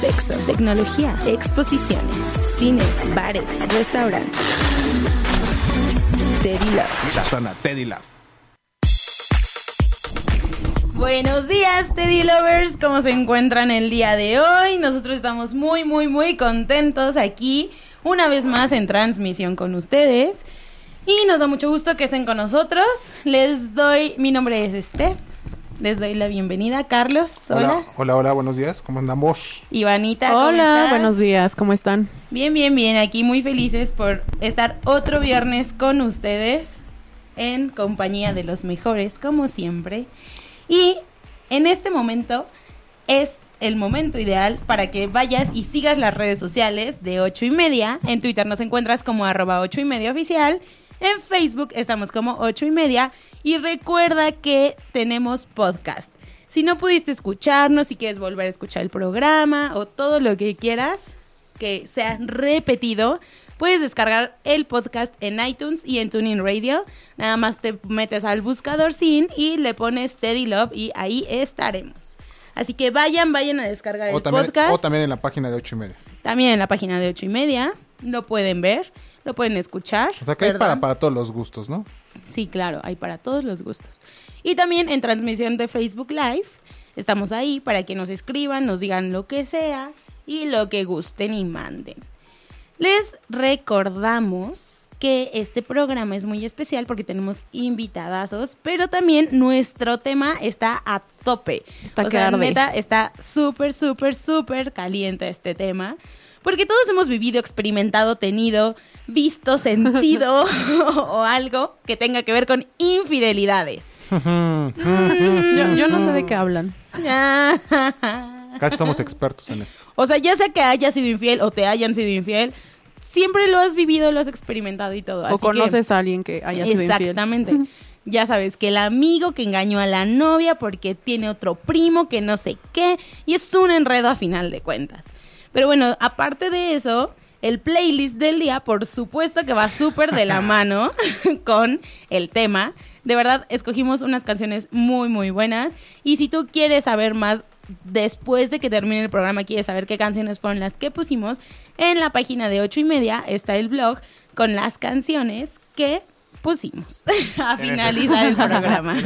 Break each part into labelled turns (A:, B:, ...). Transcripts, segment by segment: A: Sexo, tecnología, exposiciones, cines, bares, restaurantes. Teddy Love.
B: La zona Teddy Love.
A: Buenos días, Teddy Lovers. ¿Cómo se encuentran el día de hoy? Nosotros estamos muy, muy, muy contentos aquí, una vez más en transmisión con ustedes. Y nos da mucho gusto que estén con nosotros. Les doy, mi nombre es Steph. Les doy la bienvenida, Carlos. Hola.
C: hola, hola, buenos días, ¿cómo andamos?
A: Ivanita. ¿cómo
D: Hola,
A: estás?
D: buenos días, ¿cómo están?
A: Bien, bien, bien. Aquí muy felices por estar otro viernes con ustedes en compañía de los mejores, como siempre. Y en este momento es el momento ideal para que vayas y sigas las redes sociales de 8 y media. En Twitter nos encuentras como arroba 8 y media oficial. En Facebook estamos como 8 y media. Y recuerda que tenemos podcast. Si no pudiste escucharnos, si quieres volver a escuchar el programa o todo lo que quieras, que sea repetido, puedes descargar el podcast en iTunes y en Tuning Radio. Nada más te metes al buscador sin y le pones Teddy Love y ahí estaremos. Así que vayan, vayan a descargar
C: O
A: el
C: también,
A: podcast.
C: o también en la página de ocho y media.
A: También en la página de ocho y media. Lo pueden ver, lo pueden escuchar.
C: O sea que hay para,
A: Perdón.
C: para todos los gustos, ¿no?
A: Sí, claro, hay para todos los gustos. Y también en transmisión de Facebook Live. Estamos ahí para que nos escriban, nos digan lo que sea y lo que gusten y manden. Les recordamos que este programa es muy especial porque tenemos invitadazos, pero también nuestro tema está a tope.
D: Está
A: o
D: que
A: sea,
D: arde.
A: neta, está súper, súper, súper caliente este tema. Porque todos hemos vivido, experimentado, tenido, visto, sentido o algo que tenga que ver con infidelidades.
D: Yo, yo no sé de qué hablan.
C: Casi somos expertos en esto.
A: O sea, ya sea que hayas sido infiel o te hayan sido infiel, siempre lo has vivido, lo has experimentado y todo.
D: o
A: Así que-
D: conoces a alguien que haya sido infiel.
A: Exactamente. Ya sabes que el amigo que engañó a la novia porque tiene otro primo que no sé qué y es un enredo a final de cuentas. Pero bueno, aparte de eso, el playlist del día por supuesto que va súper de la mano con el tema. De verdad, escogimos unas canciones muy muy buenas y si tú quieres saber más después de que termine el programa quieres saber qué canciones fueron las que pusimos, en la página de ocho y media está el blog con las canciones que pusimos a finalizar el programa.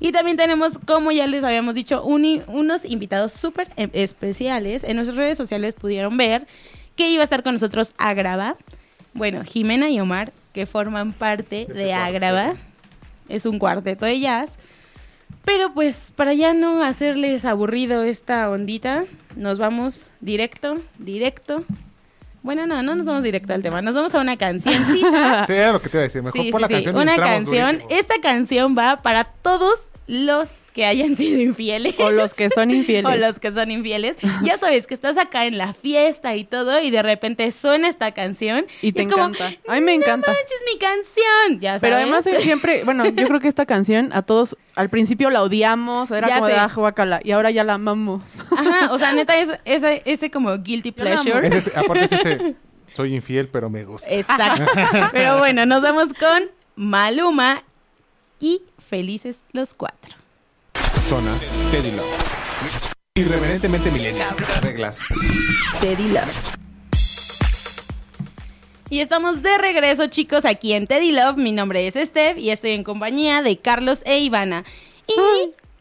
A: Y también tenemos, como ya les habíamos dicho, uni- unos invitados súper eh, especiales. En nuestras redes sociales pudieron ver que iba a estar con nosotros Agrava. Bueno, Jimena y Omar, que forman parte de Agrava. Es un cuarteto de jazz. Pero pues para ya no hacerles aburrido esta ondita, nos vamos directo, directo. Bueno, no, no nos vamos directo al tema, nos vamos a una cancioncita.
C: Sí, era lo que te iba a decir. Mejor
A: Ah. Sí,
C: pon
A: sí,
C: la
A: sí,
C: canción. y
A: una
C: entramos
A: canción.
C: durísimo.
A: Esta canción va para todos los que hayan sido infieles.
D: O los que son infieles.
A: O los que son infieles. Ya sabes que estás acá en la fiesta y todo y de repente suena esta canción.
D: Y te
A: es como,
D: encanta. A mí me
A: "No
D: encanta".
A: manches, mi canción. Ya sabes.
D: Pero además es siempre, bueno, yo creo que esta canción a todos al principio la odiamos, era
A: Ya
D: como
A: sé.
D: de "Ah, guácala", y ahora ya la amamos.
A: Ajá, o sea, neta, es, ese- ese como guilty
D: Yo la amo.
A: pleasure.
C: Es ese- aparte es ese, soy infiel, pero me gusta.
A: Eh. Exacto. Pero bueno, nos vamos con Maluma y Felices los Cuatro.
C: Zona Teddy Love. Irreverentemente milenial. Reglas.
A: Teddy Love. Y estamos de regreso, chicos, aquí en Teddy Love. Mi nombre es Steph y estoy en compañía de Carlos e Ivana. Y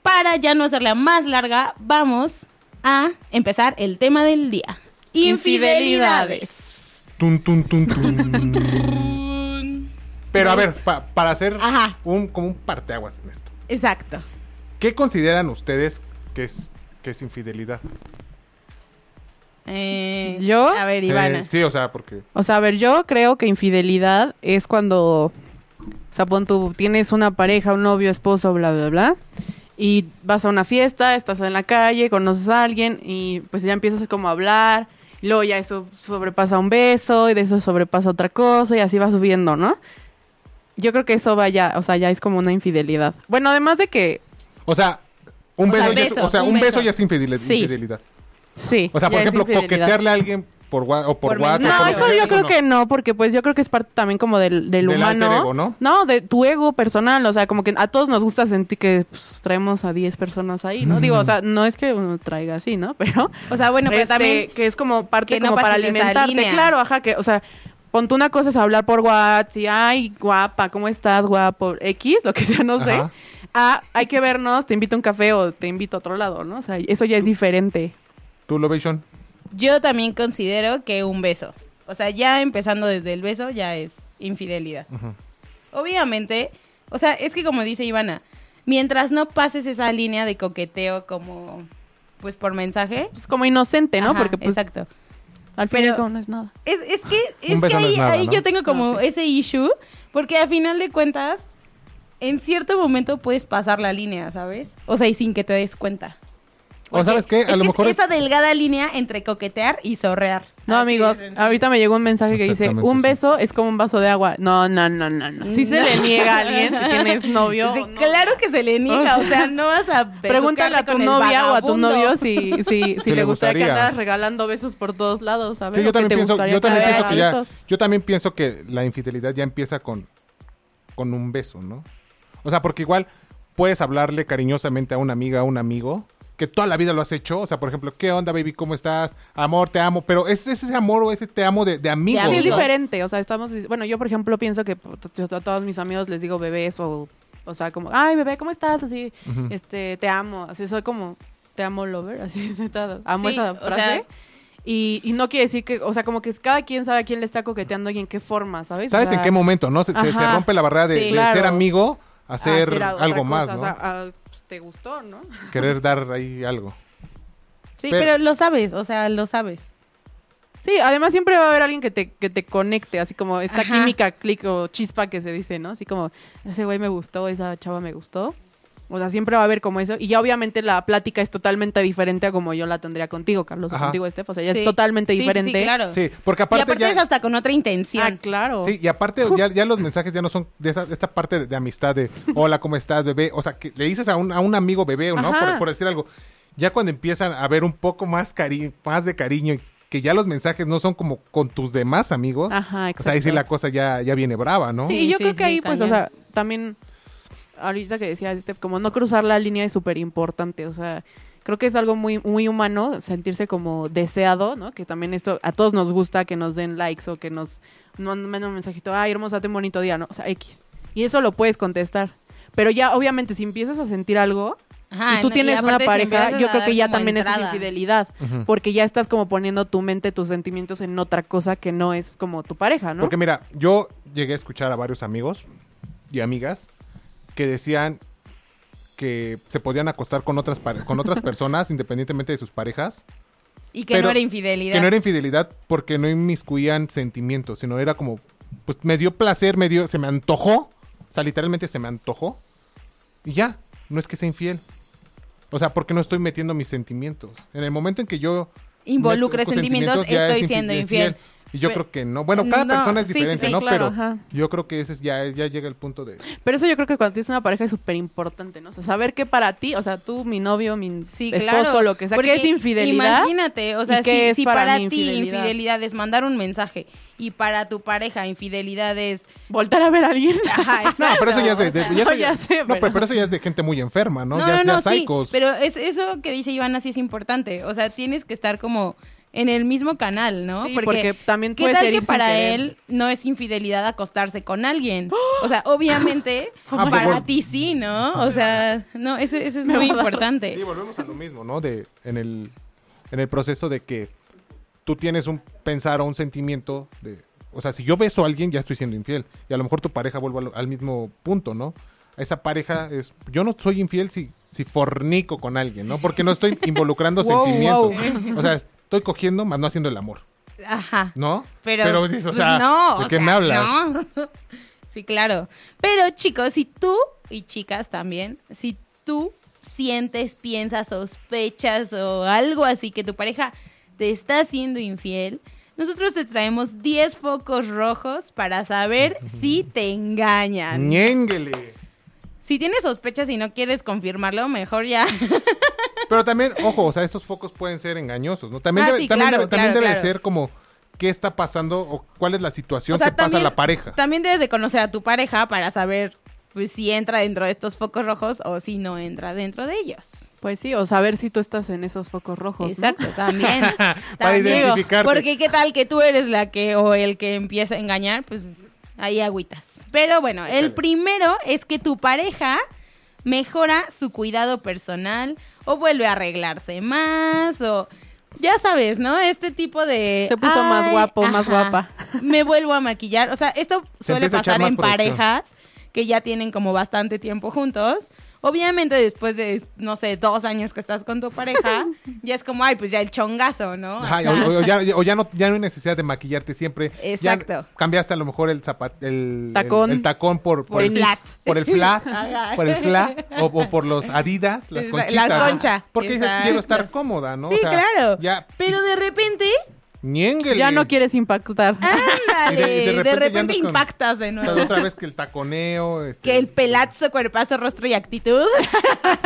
A: para ya no hacerla más larga, vamos a empezar el tema del día. Infidelidades.
C: Tun, tun, tun, tun. Pero a ver, pa- para hacer
A: Ajá.
C: un, como un parteaguas en esto.
A: Exacto.
C: ¿Qué consideran ustedes que es, que es infidelidad?
A: Eh,
D: ¿Yo?
A: A ver, Ivana.
C: Eh, sí, o sea, porque...
D: O sea, a ver, yo creo que infidelidad es cuando, o sea, pon tú, tienes una pareja, un novio, esposo, bla, bla, bla, y vas a una fiesta, estás en la calle, conoces a alguien y pues ya empiezas como a hablar. Y luego ya eso sobrepasa un beso y de eso sobrepasa otra cosa y así va subiendo, ¿no? Yo creo que eso va ya, o sea, ya es como una infidelidad. Bueno, además de que
C: O sea, un
A: O sea,
C: beso, ya es-
A: beso,
C: o sea,
A: un
C: un beso
A: beso.
C: ya es infideli-
A: Sí.
C: infidelidad.
D: sí.
C: O sea, por
D: ya es
C: ejemplo,
D: infidelidad.
C: coquetearle a alguien por wa- o por,
A: Por
C: WhatsApp. por
A: mensaje.
D: No,
C: lo
D: eso
C: que sea,
D: yo creo
C: no.
D: que no, porque pues yo creo que es parte también como del, del
C: Del
D: humano.
C: alter ego, ¿no?
D: de tu ego personal, o sea, como que a todos nos gusta sentir que pues, traemos a 10 personas ahí, ¿no? Digo, o sea, no es que uno traiga así, ¿no? Pero
A: O sea, bueno, pero
D: este,
A: también.
D: que es como parte
A: que no
D: como para
A: pases esa
D: alimentarte,
A: línea.
D: claro, ajá, que o sea, ponte una cosa es hablar por WhatsApp y ay, guapa, ¿cómo estás? Guapo, X, lo que sea, no sé.
C: Ajá.
D: Ah, hay que vernos, te invito a un café o te invito a otro lado, ¿no? O sea, eso ya es diferente.
C: ¿Tú lo ves, Sean?
A: Yo también considero que un beso. O sea, ya empezando desde el beso ya es infidelidad. Obviamente, o sea, es que como dice Ivana, mientras no pases esa línea de coqueteo como pues por mensaje,
D: Es como inocente, ¿no?
A: Ajá,
D: Porque pues
A: exacto.
D: al fin y
A: Pero-
D: al cabo no es nada.
A: Es, es que, es
C: Un
A: que
C: beso no
A: ahí,
C: es nada,
A: ahí
C: ¿no?
A: yo tengo como
D: No, sí.
A: ese issue, porque a final de cuentas, en cierto momento puedes pasar la línea, ¿sabes? O sea, y sin que te des cuenta.
C: O sabes qué,
A: Es
C: a lo
A: que es
C: mejor es-
A: esa delgada línea entre coquetear y zorrear.
D: No,
A: Así de
D: amigos,
A: sencillo.
D: ahorita me llegó un mensaje que dice,
C: Exactamente,
D: un
C: sí.
D: beso es como un vaso de agua. No, no, no, no, no. Si se le niega a alguien, si tienes novio.
A: Sí,
D: o no.
A: Claro que se le niega, o sea, no vas a
D: Pregúntale a
A: besucarte
D: tu
A: con el
D: novia o a tu
A: vagabundo.
D: novio si, si, si,
C: Si
D: le,
C: le
D: gustaría,
C: gustaría.
D: que andaras regalando besos por todos lados, ¿sabes?
C: Sí, yo
D: O que
C: también
D: te
C: pienso,
D: gustaría
C: yo también
D: andar
C: pienso que ya,
D: besos.
C: yo también pienso que la infidelidad ya empieza con, con un beso, ¿no? O sea, porque igual puedes hablarle cariñosamente a una amiga, a un amigo, que toda la vida lo has hecho. O sea, por ejemplo, ¿qué onda, baby? ¿Cómo estás? Amor, te amo. Pero es, es ese amor o ese te amo de, de amigo.
D: Sí, es
A: amigos.
D: diferente, o sea, estamos... Bueno, yo, por ejemplo, pienso que puta, yo a todos mis amigos les digo bebés o... O sea, como, ay, bebé, ¿cómo estás? Así, este, te amo. Así, soy como, te amo, lover. Así, neta, amo
A: Sí,
D: esa
A: o
D: frase.
A: sea-
D: y, y no quiere decir que, o sea, como que cada quien sabe a quién le está coqueteando y en qué forma, ¿sabes? O
C: ¿Sabes
D: sea,
C: en qué momento, no? Se, se- se
D: Ajá.
C: rompe la barrera de,
D: Sí,
C: de
D: claro.
C: ser amigo a
D: a
C: ser
D: hacer a- otra
C: algo más,
D: cosa,
C: ¿no?
D: O sea, a- pues, te gustó, ¿no?
C: Querer dar ahí algo.
A: Sí,
C: Pero-
A: pero, lo sabes, o sea, lo sabes.
D: Sí, además siempre va a haber alguien que te, que te conecte, así como esta
A: Ajá.
D: química, clic o chispa que se dice, ¿no? Así como, ese güey me gustó, esa chava me gustó. O sea, siempre va a haber como eso. Y ya obviamente la plática es totalmente diferente a como yo la tendría contigo, Carlos, o
C: Ajá.
D: contigo, Estef. O sea, ya
A: Sí.
D: es totalmente
A: Sí, sí, sí,
D: diferente.
A: claro.
C: Sí, porque
A: Y
C: aparte,
A: aparte
C: ya-
A: es hasta con otra intención.
D: Ah, claro.
C: Sí, y aparte ya, ya los mensajes ya no son de, esa- de esta parte de, de amistad de hola, ¿cómo estás, bebé? O sea, que le dices a un, a un amigo bebé, ¿no?
D: Ajá.
C: Por, por decir algo. Ya cuando empiezan a ver un poco más, cari más de cariño, y que ya los mensajes no son como con tus demás amigos.
D: Ajá,
C: O sea, ahí sí
D: exacto.
C: la cosa ya, ya viene brava, ¿no?
D: Sí,
A: Sí,
D: yo
A: sí,
D: creo
A: sí,
D: que ahí, pues, o
A: cañón.
D: sea, también, ahorita que decía Steph, como no cruzar la línea es súper importante, o sea, creo que es algo muy, muy humano sentirse como deseado, ¿no? Que también esto, a todos nos gusta que nos den likes o que nos manden un mensajito, ay, hermosa, ten bonito día, ¿no? O sea, X. Y eso lo puedes contestar. Pero ya, obviamente, si empiezas a sentir algo,
A: Ajá,
D: y tú
A: Ah, no,
D: tienes una
A: aparte si
D: pareja,
A: empiezas
D: yo
A: a
D: creo que
A: dar
D: ya
A: como
D: también eso
A: entrada.
D: es infidelidad, porque ya estás como poniendo tu mente, tus sentimientos en otra cosa que no es como tu pareja, ¿no?
C: Porque mira, yo llegué a escuchar a varios amigos y amigas que decían que se podían acostar con otras, pare- con otras personas independientemente de sus parejas.
A: Y que
C: Pero-
A: no era infidelidad.
C: Que no era infidelidad porque no inmiscuían sentimientos, sino era como, pues me dio placer, me dio, se me antojó. O sea, literalmente se me antojó. Y ya, no es que sea infiel. O sea, porque no estoy metiendo mis sentimientos. En el momento en que yo...
A: Involucre
C: meto- con
A: sentimientos,
C: ya
A: estoy
C: es infi-
A: siendo infiel.
C: Y yo
A: Pe-
C: creo que no. Bueno, cada
A: No,
C: persona es
A: sí, sí,
C: diferente,
A: sí,
C: ¿no? Pero
D: claro, ajá.
C: yo creo que ese es ya, ya llega el punto de...
D: Pero eso yo creo que cuando tienes una pareja es súper importante, ¿no? O sea, saber que para ti, o sea, tú, mi novio, mi
A: Sí,
D: esposo,
A: claro.
D: lo que sea,
A: Porque
D: que es infidelidad.
A: Imagínate, o sea,
D: ¿Y qué
A: si,
D: es
A: si
D: para
A: para,
D: mí
A: ti
D: infidelidad?
A: infidelidad es mandar un mensaje y para tu pareja infidelidad es...
D: Voltar a ver a alguien.
A: Ajá,
C: No, pero eso ya es de...
A: exacto, o
C: de-
A: sea.
C: ya eso ya-
D: no, ya sé,
C: no,
D: pero-
C: pero, pero eso ya es de gente muy enferma, ¿no? ya sea psicos.
A: Sí, pero es, eso que dice Ivana sí es importante. O sea, tienes que estar como en el mismo canal, ¿no?
D: Sí, porque también
A: ¿Qué
D: puede
A: tal
D: ser ir
A: que
D: sin
A: para
D: querer?
A: él no es infidelidad acostarse con alguien? O sea, obviamente,
C: Ah,
A: para
C: bueno.
A: ti sí, ¿no? O sea, no, eso, eso es
D: Me
A: muy
D: va a dar-
C: Sí,
A: importante.
C: volvemos a lo mismo, ¿no? De, en, el, en el proceso de que tú tienes un pensar o un sentimiento de... O sea, si yo beso a alguien, ya estoy siendo infiel. Y a lo mejor tu pareja vuelve al, al mismo punto, ¿no? Esa pareja es... Yo no soy infiel si, si fornico con alguien, ¿no? Porque no estoy involucrando
D: Wow,
C: sentimientos. O sea, estoy cogiendo, más no haciendo el amor,
A: Ajá.
C: ¿no?
A: Pero,
C: dices, o
A: pues,
C: sea,
A: no,
C: ¿de
A: o
C: qué
A: sea,
C: me hablas?
A: no. sí, claro. Pero chicos, si tú y chicas también, si tú sientes, piensas, sospechas o algo así que tu pareja te está haciendo infiel, nosotros te traemos 10 focos rojos para saber si te engañan.
C: Ñénguele.
A: Si tienes sospechas y no quieres confirmarlo, mejor ya.
C: Pero también, ojo, o sea, estos focos pueden ser engañosos, ¿no? También
A: Ah,
C: debe,
A: sí,
C: también
A: claro,
C: debe- también
A: claro,
C: debe
A: claro.
C: ser como qué está pasando o cuál es la situación
A: O sea,
C: que pasa a la pareja.
A: También debes de conocer a tu pareja para saber pues, si entra dentro de estos focos rojos o si no entra dentro de ellos.
D: Pues sí, o saber si tú estás en esos focos rojos. ¿no?
A: Exacto, también.
C: Para
A: También.
C: identificarte.
A: Porque qué tal que tú eres la que o el que empieza a engañar, pues ahí agüitas. Pero bueno, el primero es que tu pareja mejora su cuidado personal o vuelve a arreglarse más o ya sabes, ¿no? Este tipo de
D: Se puso más guapo, más guapa.
A: Me vuelvo a maquillar, o sea, esto
C: Se
A: suele
C: empieza a echar
A: pasar
C: más
A: en
C: producción.
A: parejas que ya tienen como bastante tiempo juntos. Obviamente después de, no sé, dos años que estás con tu pareja, ya es como, ay, pues ya el chongazo, ¿no?
C: Ajá,
A: Acá.
C: o, o ya, ya- o ya no, ya no hay necesidad de maquillarte siempre. Ya
A: Exacto.
C: cambiaste a lo mejor el zapat, el
D: Tacón.
C: el, el tacón por,
A: Por el flat.
C: por el flat,
A: Ajá.
C: por el flat, o, o por los Adidas, las
A: La-
C: conchitas.
A: la
C: ¿no?
A: concha,
C: Porque dices,
A: exacto.
C: quiero estar cómoda, ¿no?
A: sí,
C: O sea,
A: claro.
C: Ya,
A: Pero de repente,
C: ñénguele.
D: Ya no quieres impactar.
A: Ah, ándale,
C: Y de- y de repente
A: de,
C: ya
A: repente
C: andas con-
A: impactas de
C: O sea,
A: nuevo.
C: otra vez que el taconeo. este,
A: Que el pelazo, cuerpazo, rostro y actitud.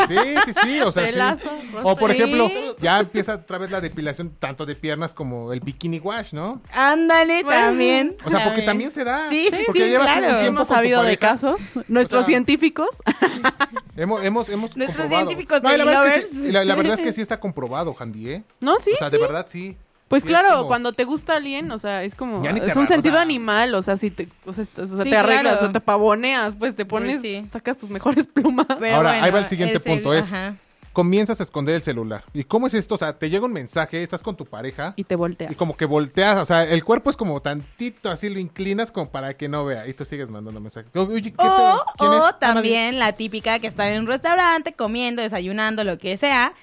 C: Sí, sí, sí. O sea, sí.
D: Pelazo, rostro.
C: O por
D: Sí.
C: ejemplo, ya empieza otra vez la depilación tanto de piernas como el bikini wash, ¿no?
A: Ándale
D: Bueno.
A: también.
C: O sea, porque también se da.
A: Sí, sí,
C: Porque
A: sí,
C: llevas un
A: claro.
C: tiempo con
D: Hemos
C: tu
D: sabido de
C: pareja.
D: casos. Nuestros
C: O sea,
D: científicos.
C: Hemos, hemos, hemos
A: Nuestros
C: comprobado.
A: científicos
C: No, y la,
A: de
C: verdad es que
A: lovers.
C: sí, la- la verdad es que sí está comprobado, Handy, ¿eh?
D: No, sí,
C: O sea,
D: sí.
C: de verdad sí.
D: Pues
C: Y es
D: claro,
C: como-
D: cuando te gusta alguien, o sea, es como
C: Ya ni te
D: es
C: va, o
D: un sentido
C: sea-
D: animal, o sea, si te, o sea, est- o sea,
A: Sí,
D: te arreglas,
A: claro.
D: o te pavoneas, pues te pones,
A: sí.
D: sacas tus mejores plumas.
A: Pero
C: Ahora, ahí va el
A: bueno,
C: siguiente
A: seg-
C: punto, es-
A: ajá.
C: Comienzas a esconder el celular. ¿Y cómo es esto? O sea, te llega un mensaje, estás con tu pareja
D: Y te volteas.
C: y como que volteas, o sea, el cuerpo es como tantito así lo inclinas como para que no vea y tú sigues mandando mensajes. O- Oye, ¿qué
A: O,
C: pedo? ¿Quién es?
A: o
C: Ah, nadie.
A: también la típica que están en un restaurante comiendo, desayunando, lo que sea.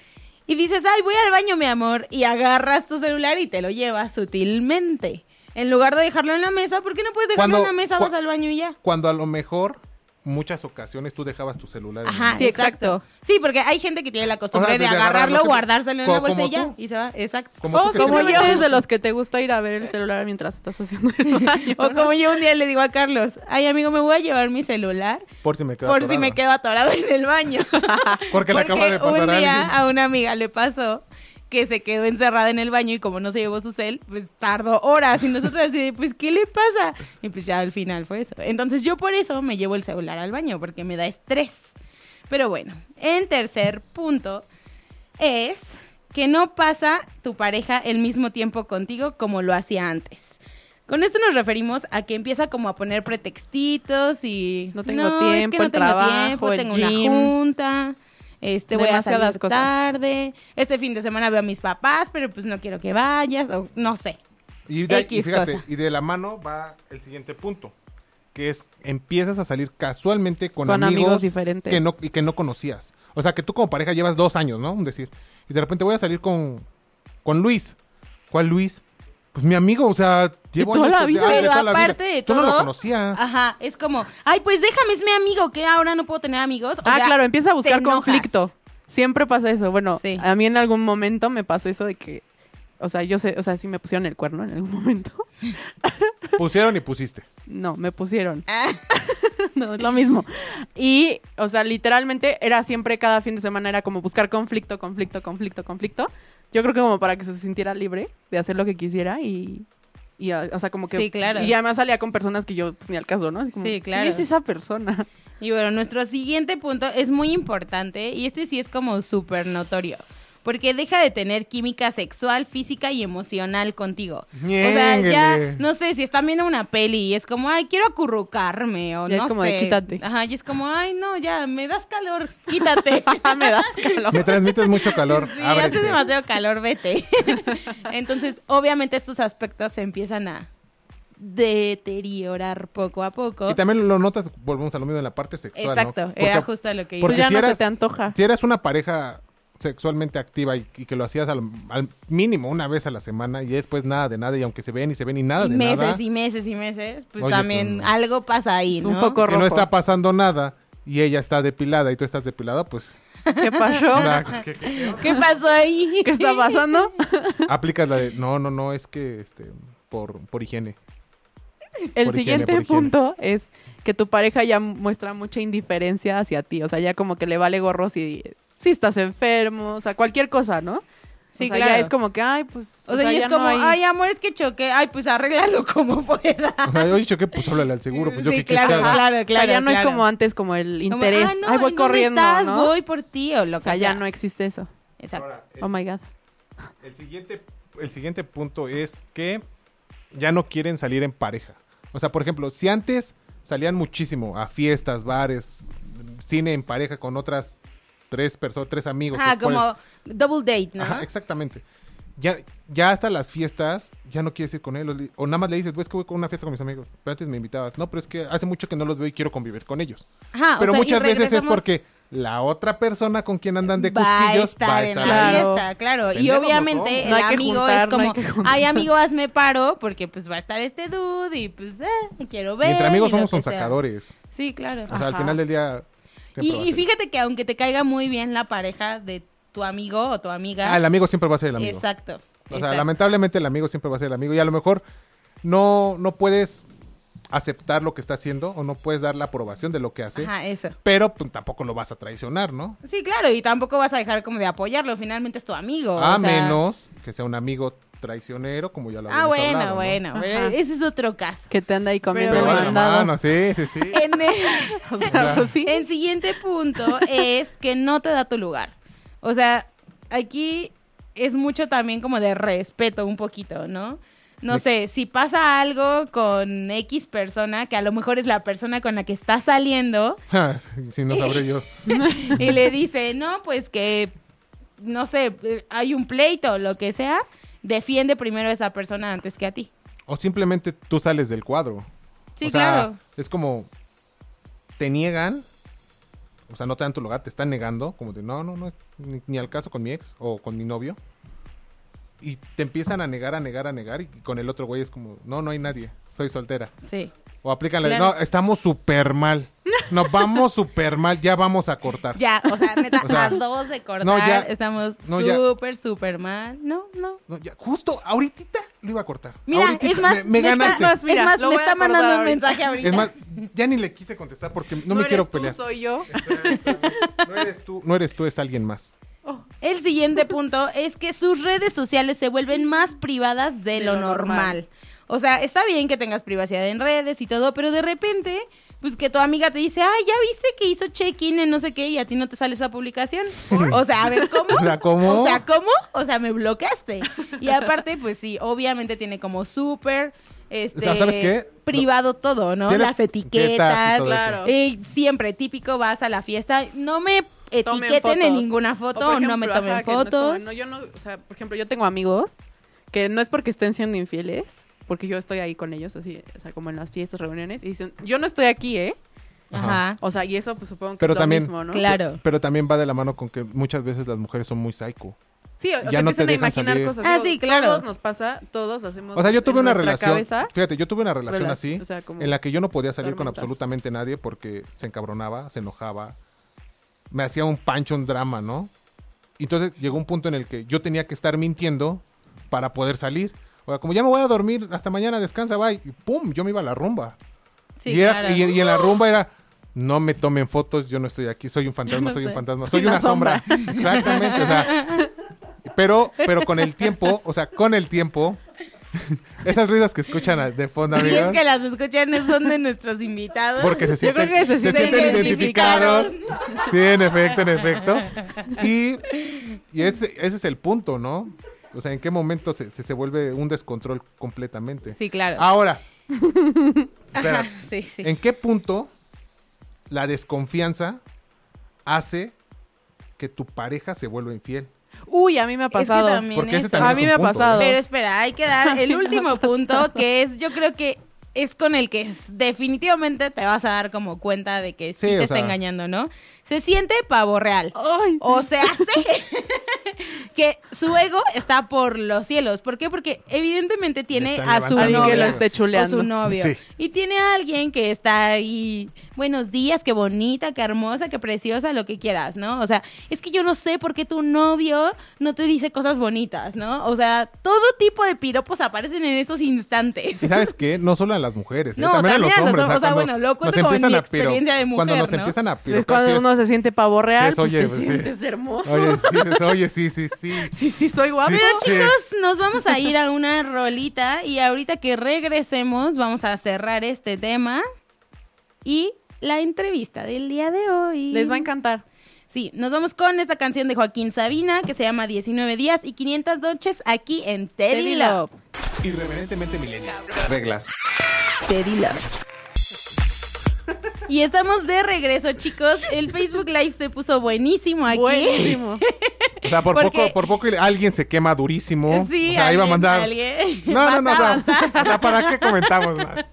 A: Y dices, ay, voy al baño, mi amor. Y agarras tu celular y te lo llevas sutilmente. En lugar de dejarlo en la mesa, ¿por qué no puedes dejarlo
C: Cuando-
A: en la mesa?
C: cu-
A: Vas al baño y ya.
C: Cuando a lo mejor muchas ocasiones tú dejabas tu celular en el
A: Ajá,
C: mismo-
D: Sí,
A: exacto. Sí, porque hay gente que tiene la costumbre
C: Ajá,
A: de,
C: de
A: agarrarlo,
C: agarrarlo, sí.
A: guardárselo en la
C: Co- como
A: bolsa y ya.
C: tú.
A: Y se va, exacto. Oh,
C: Como
D: O
C: tú que te-
D: como yo
A: simplemente-
D: eres de los que te gusta ir a ver el celular mientras estás haciendo el baño.
A: O
D: ¿no?
A: como yo un día le digo a Carlos, ay, amigo, me voy a llevar mi celular
C: Por si me quedo
A: por si
C: atorado.
A: me quedo atorado en el baño.
C: Porque le acaba de pasar
A: un
C: a
A: día
C: alguien.
A: a una amiga le pasó que se quedó encerrada en el baño y como no se llevó su cel, pues tardó horas y nosotros así, de, pues ¿qué le pasa? Y pues ya al final fue eso. Entonces yo por eso me llevo el celular al baño porque me da estrés. Pero bueno, en tercer punto es que no pasa tu pareja el mismo tiempo contigo como lo hacía antes. Con esto nos referimos a que empieza como a poner pretextitos y
D: No tengo tiempo, el trabajo, el
A: tengo
D: gym".
A: una junta, este voy a
D: Demasiadas
A: salir
D: cosas.
A: tarde, este fin de semana veo a mis papás, pero pues no quiero que vayas o no sé.
C: Y de, y
A: X
C: fíjate,
A: cosa.
C: y de la mano va el siguiente punto, que es empiezas a salir casualmente con,
D: Con
C: amigos,
D: amigos diferentes.
C: que no y que no conocías. O sea, que tú como pareja llevas dos años, ¿no? Un decir. Y de repente voy a salir con con Luis. ¿Cuál Luis? Pues mi amigo, o sea, llevo
D: toda
C: años-
D: la vida.
C: ah,
A: Pero
C: toda la vida.
A: aparte de todo, Ah.
C: tú no lo conocías.
A: Ajá, es como, ay, pues déjame, es mi amigo, que ahora no puedo tener amigos. O
D: Ah,
A: sea,
D: claro, empieza a
A: te
D: buscar
A: enojas.
D: conflicto. Siempre pasa eso. Bueno,
A: Sí.
D: a mí en algún momento me pasó eso de que, o sea, yo sé, o sea, sí me pusieron el cuerno en algún momento.
C: Pusieron y pusiste.
D: No, me pusieron.
A: Ah.
D: no, es lo mismo. Y, o sea, literalmente era siempre cada fin de semana era como buscar conflicto, conflicto, conflicto, conflicto. Yo creo que como para que se sintiera libre de hacer lo que quisiera y, y a- o sea, como que...
A: Sí, claro.
D: Y además salía con personas que yo pues, ni al caso, ¿no? Así como,
A: Sí, claro.
D: ¿Quién es esa persona?
A: Y bueno, nuestro siguiente punto es muy importante y este sí es como súper notorio. Porque deja de tener química sexual, física y emocional contigo. O sea, ya,
C: Ñénguele.
A: no sé, si están viendo una peli y es como, ay, quiero acurrucarme o
D: Ya es
A: no
D: como
A: sé.
D: de quítate.
A: Ajá, y es como, ay, no, ya, me das calor, quítate.
D: Ah, me das calor.
C: Me transmites mucho calor.
A: Sí,
C: Ábrete.
A: hace demasiado calor, vete. Entonces, obviamente estos aspectos se empiezan a deteriorar poco a poco.
C: Y también lo notas, volvemos a lo mismo en la parte sexual. ¿no?
A: Exacto,
C: Porque
A: era justo lo que iba.
C: porque
D: Pues ya
C: si
D: no se
C: eras-
D: te antoja.
C: si eras una pareja sexualmente activa y, y que lo hacías al, al mínimo una vez a la semana y después nada de nada y aunque se ven y se ven y nada
A: y
C: Ah, de
A: meses
C: nada
A: y meses y meses, pues
C: Oye,
A: también
C: pues, no.
A: algo pasa ahí,
D: Es
A: ¿no?
D: un foco
C: que no
D: rojo.
C: está pasando nada y ella está depilada y tú estás depilada pues
D: ¿Qué
A: Oh,
D: pasó?
C: La- que- que-
A: ¿Qué pasó ahí?
D: ¿Qué está pasando?
C: aplicas la de, no, no, no, es que este, por, por higiene.
D: El
C: Por higiene,
D: siguiente
C: por higiene.
D: punto es que tu pareja ya muestra mucha indiferencia hacia ti. O sea, ya como que le vale gorro si, si estás enfermo, o sea, cualquier cosa, ¿no?
A: Sí,
D: O sea, ya
A: claro.
D: es como que, ay, pues.
A: O sea, y es
D: ya no
A: como,
D: hay-
A: ay, ah, amor, es que choqué. Ay, pues arréglalo como pueda.
C: O sea, oye, choqué, pues háblale al seguro, pues yo
A: Sí,
C: qué quieres que
A: claro,
C: haga?
A: claro,
D: O sea, ya no es
A: claro.
D: como antes, como el
A: Como,
D: interés.
A: ah, no,
D: ay, voy
A: ¿en dónde
D: corriendo.
A: estás?
D: ¿no?
A: Voy por ti o lo
D: O
A: que
D: sea,
A: sea.
D: ya no existe eso.
A: Exacto.
C: Ahora,
D: Oh my God.
C: El siguiente, el siguiente punto es que ya no quieren salir en pareja. O sea, por ejemplo, si antes salían muchísimo a fiestas, bares, cine en pareja con otras tres personas, tres amigos.
A: Ah,
C: los cuales-
A: como double date, ¿no?
C: Ajá, exactamente. Ya, ya hasta las fiestas, ya no quieres ir con él. o li- O nada más le dices, pues que voy con una fiesta con mis amigos. Pero antes me invitabas. No, pero es que hace mucho que no los veo y quiero convivir con ellos.
A: Ajá, Ah, o
C: pero
A: sea, y
C: muchas veces es
A: regresamos-
C: porque la otra persona con quien andan de
A: va a
C: cusquillos
A: estar
C: va a
A: en
C: estar
A: la
C: ahí.
D: Claro.
A: fiesta, claro. Y
C: Pendejos no
A: obviamente
C: somos.
A: el
D: No hay que
A: amigo
D: juntar,
A: es
D: no hay
A: como,
D: que juntar.
A: ay amigo, hazme paro, porque pues va a estar este dude y pues eh, quiero
C: Y
A: ver.
C: entre amigos
A: y lo
C: somos
A: que sea.
C: sacadores.
A: Sí, claro.
C: O sea, al
D: Ajá.
C: final del día. te
A: Y,
C: pruebas
A: y
C: el-
A: fíjate que aunque te caiga muy bien la pareja de tu amigo o tu amiga.
C: Ah, el amigo siempre va a ser el amigo.
A: Exacto.
C: O sea,
A: exacto.
C: lamentablemente el amigo siempre va a ser el amigo. Y a lo mejor no, no puedes aceptar lo que está haciendo o no puedes dar la aprobación de lo que hace.
A: Ajá, eso.
C: Pero pues, tampoco lo vas a traicionar, ¿no?
A: Sí, claro, y tampoco vas a dejar como de apoyarlo, finalmente es tu amigo.
C: a
A: o sea-
C: Ah, menos que sea un amigo traicionero, como ya lo
A: Ah,
C: habíamos
A: bueno,
C: hablado, ¿no?
A: bueno,
D: Ajá.
A: bueno, Ese es otro caso.
D: Que te anda ahí comiendo
C: Pero
D: el
C: bueno,
D: mandado.
C: mano, sí, sí, sí.
A: En el-
D: O sea, sí.
A: El siguiente punto es que no te da tu lugar. O sea, aquí es mucho también como de respeto un poquito, ¿no? No sé, si pasa algo con X persona, que a lo mejor es la persona con la que está saliendo,
C: Ah, si no sabré yo.
A: y le dice, no, pues que, no sé, eh, hay un pleito o lo que sea, defiende primero a esa persona antes que a ti.
C: O simplemente tú sales del cuadro.
A: Sí,
C: O sea,
A: claro.
C: Es como te niegan, o sea, no te dan tu lugar, te están negando, como de no, no, no, ni, ni al caso con mi ex o con mi novio. Y te empiezan a negar, a negar, a negar. Y con el otro güey es como, no, no hay nadie, soy soltera.
A: Sí.
C: O aplican la de,
A: Claro.
C: no, estamos súper mal. Nos vamos súper mal, ya vamos a cortar.
A: Ya, o sea, neta,
C: O sea,
A: a dos de cortar,
C: no, ya.
A: estamos
C: No, ya.
A: súper, súper mal. No, no,
C: No, ya, justo ahorita lo iba a cortar.
A: Mira,
C: Ahorita
A: es más,
C: me, me
A: está-
C: ganaste.
D: Es más, mira,
A: es más,
D: lo
A: me
D: voy a
A: está
D: acordar
A: mandando un
D: ahorita.
A: mensaje ahorita.
C: Es más, ya ni le quise contestar porque no, me
D: eres
C: quiero
D: tú,
C: pelear.
D: soy yo.
C: No eres tú, no eres tú, es alguien más.
A: El siguiente punto es que sus redes sociales se vuelven más privadas de,
D: De
A: lo
D: lo
A: normal.
D: normal.
A: O sea, está bien que tengas privacidad en redes y todo, pero de repente, pues que tu amiga te dice, ay, ya viste que hizo check-in en no sé qué y a ti no te sale esa publicación. O sea, a ver, ¿cómo?
C: O sea, ¿cómo?
A: O sea, ¿cómo? O sea, me bloqueaste. Y aparte, pues sí, obviamente tiene como súper... Este,
C: sea, ¿sabes qué?
A: privado todo, ¿no?
C: Tiene
A: Las
C: etiquetas y
A: etiquetas,
C: todo
D: eso. Claro.
A: eh, siempre típico vas a la fiesta, no me
D: tomen
A: etiqueten en
D: fotos.
A: ninguna
D: O,
A: foto,
D: por
A: no me
D: ejemplo,
A: tomen
D: ajá, que no es como,
A: fotos.
D: no, yo no, o sea, por ejemplo, yo tengo amigos que no es porque estén siendo infieles, porque yo estoy ahí con ellos, así, o sea, como en las fiestas, reuniones, y dicen, yo no estoy aquí, ¿eh?
A: Ajá.
D: O sea, y eso, pues supongo que
C: Pero
D: es lo
C: también-
D: mismo, ¿no?
A: Claro.
C: Pero también va de la mano con que muchas veces las mujeres son muy psycho.
D: Sí, o, o
C: Ya
D: sea,
C: no te
D: empiezan a
C: dejan
D: imaginar
C: salir.
D: cosas.
A: Ah,
D: digo,
A: sí, claro.
D: Todos nos pasa, todos hacemos.
C: O sea, yo tuve
D: en
C: una
D: nuestra
C: relación.
D: cabeza.
C: Fíjate, yo tuve una relación
D: Relac-
C: así
D: o sea, como
C: en la que yo no podía salir con
D: tormentas.
C: absolutamente nadie porque se encabronaba, se enojaba, me hacía un pancho, un drama, ¿no? Entonces llegó un punto en el que yo tenía que estar mintiendo para poder salir. O sea, como ya me voy a dormir, hasta mañana descansa, bye. Y pum, yo me iba a la rumba.
A: Sí,
C: y, era-
A: claro.
C: y- y en la rumba era, no me tomen fotos, yo no estoy aquí, soy un fantasma,
D: no
C: soy un
D: sé.
C: fantasma,
D: Soy
C: soy una
D: una
C: sombra. Exactamente, o sea. Pero, pero con el tiempo, o sea, con el tiempo, esas risas que escuchan a- de fondo,
A: Y es
C: amigos,
A: que las escuchan son de nuestros invitados.
C: porque se
D: Yo creo
C: sienten,
D: que se
C: se
D: sienten
C: sienten identificados. Sí, en efecto, en efecto. Y, y ese, ese es el punto, ¿no? O sea, ¿en qué momento se, se, se vuelve un descontrol completamente?
A: Sí, claro.
C: Ahora,
A: Ajá,
C: espérate.
A: sí, sí.
C: Ah, ¿En qué punto la desconfianza hace que tu pareja se vuelva infiel?
D: Uy, a mí me ha
A: Es que
D: pasado.
A: también
C: Porque ese
A: eso.
C: también
D: A
C: es
D: mí
C: un
D: me ha
C: punto, ¿eh?
D: pasado.
A: Pero espera, hay que dar el último punto que es, yo creo que es con el que es- definitivamente te vas a dar como cuenta de que sí,
C: Sí,
A: te
C: o
A: está
C: sea.
A: engañando, ¿no? Se siente pavo real.
D: Ay,
A: O se hace que su ego está por los cielos. ¿Por qué? Porque evidentemente tiene
C: están
A: a su
C: levantando
D: Alguien que la
A: novia.
D: esté chuleando.
A: O su novio.
C: Sí.
A: Y tiene a alguien que está ahí, buenos días, qué bonita, qué hermosa, qué preciosa, lo que quieras, ¿no? O sea, es que yo no sé por qué tu novio no te dice cosas bonitas, ¿no? O sea, todo tipo de piropos aparecen en esos instantes.
C: ¿eh? ¿Y sabes qué? No solo a las mujeres, ¿eh?
A: No,
C: también, a los hombres.
A: o sea,
C: cuando
A: bueno, lo cuento
C: nos
A: como en
C: empiezan
A: mi
C: a piro-
A: experiencia de
C: Cuando
A: mujer,
C: nos
A: ¿no? Pues
C: empiezan a
D: Entonces,
C: pirocar,
D: cuando
C: sí
D: uno se siente pavo real,
C: es,
D: pues,
C: oye,
D: te
C: pues, sí.
D: sientes hermoso.
C: Oye, sí, es- oye, sí, sí, sí.
D: Sí, sí, soy guapo.
C: Sí,
A: Pero
C: sí.
A: chicos, nos vamos a ir a una rolita y ahorita que regresemos vamos a cerrar este tema y la entrevista del día de hoy.
D: Les va a encantar.
A: Sí, nos vamos con esta canción de Joaquín Sabina que se llama 19 días y 500 noches aquí en Teddy Love.
C: Irreverentemente milenial. Reglas.
A: Teddy Love. Y estamos de regreso, chicos. El Facebook Live se puso buenísimo aquí.
D: Buenísimo.
C: O sea, por
A: Porque-
C: poco, por poco alguien se quema durísimo.
A: Sí,
C: o sea, iba a
A: alguien-
C: mandar.
A: alguien.
C: No, no, no, o sea,
A: Basta, basta.
C: o sea, ¿para qué comentamos más?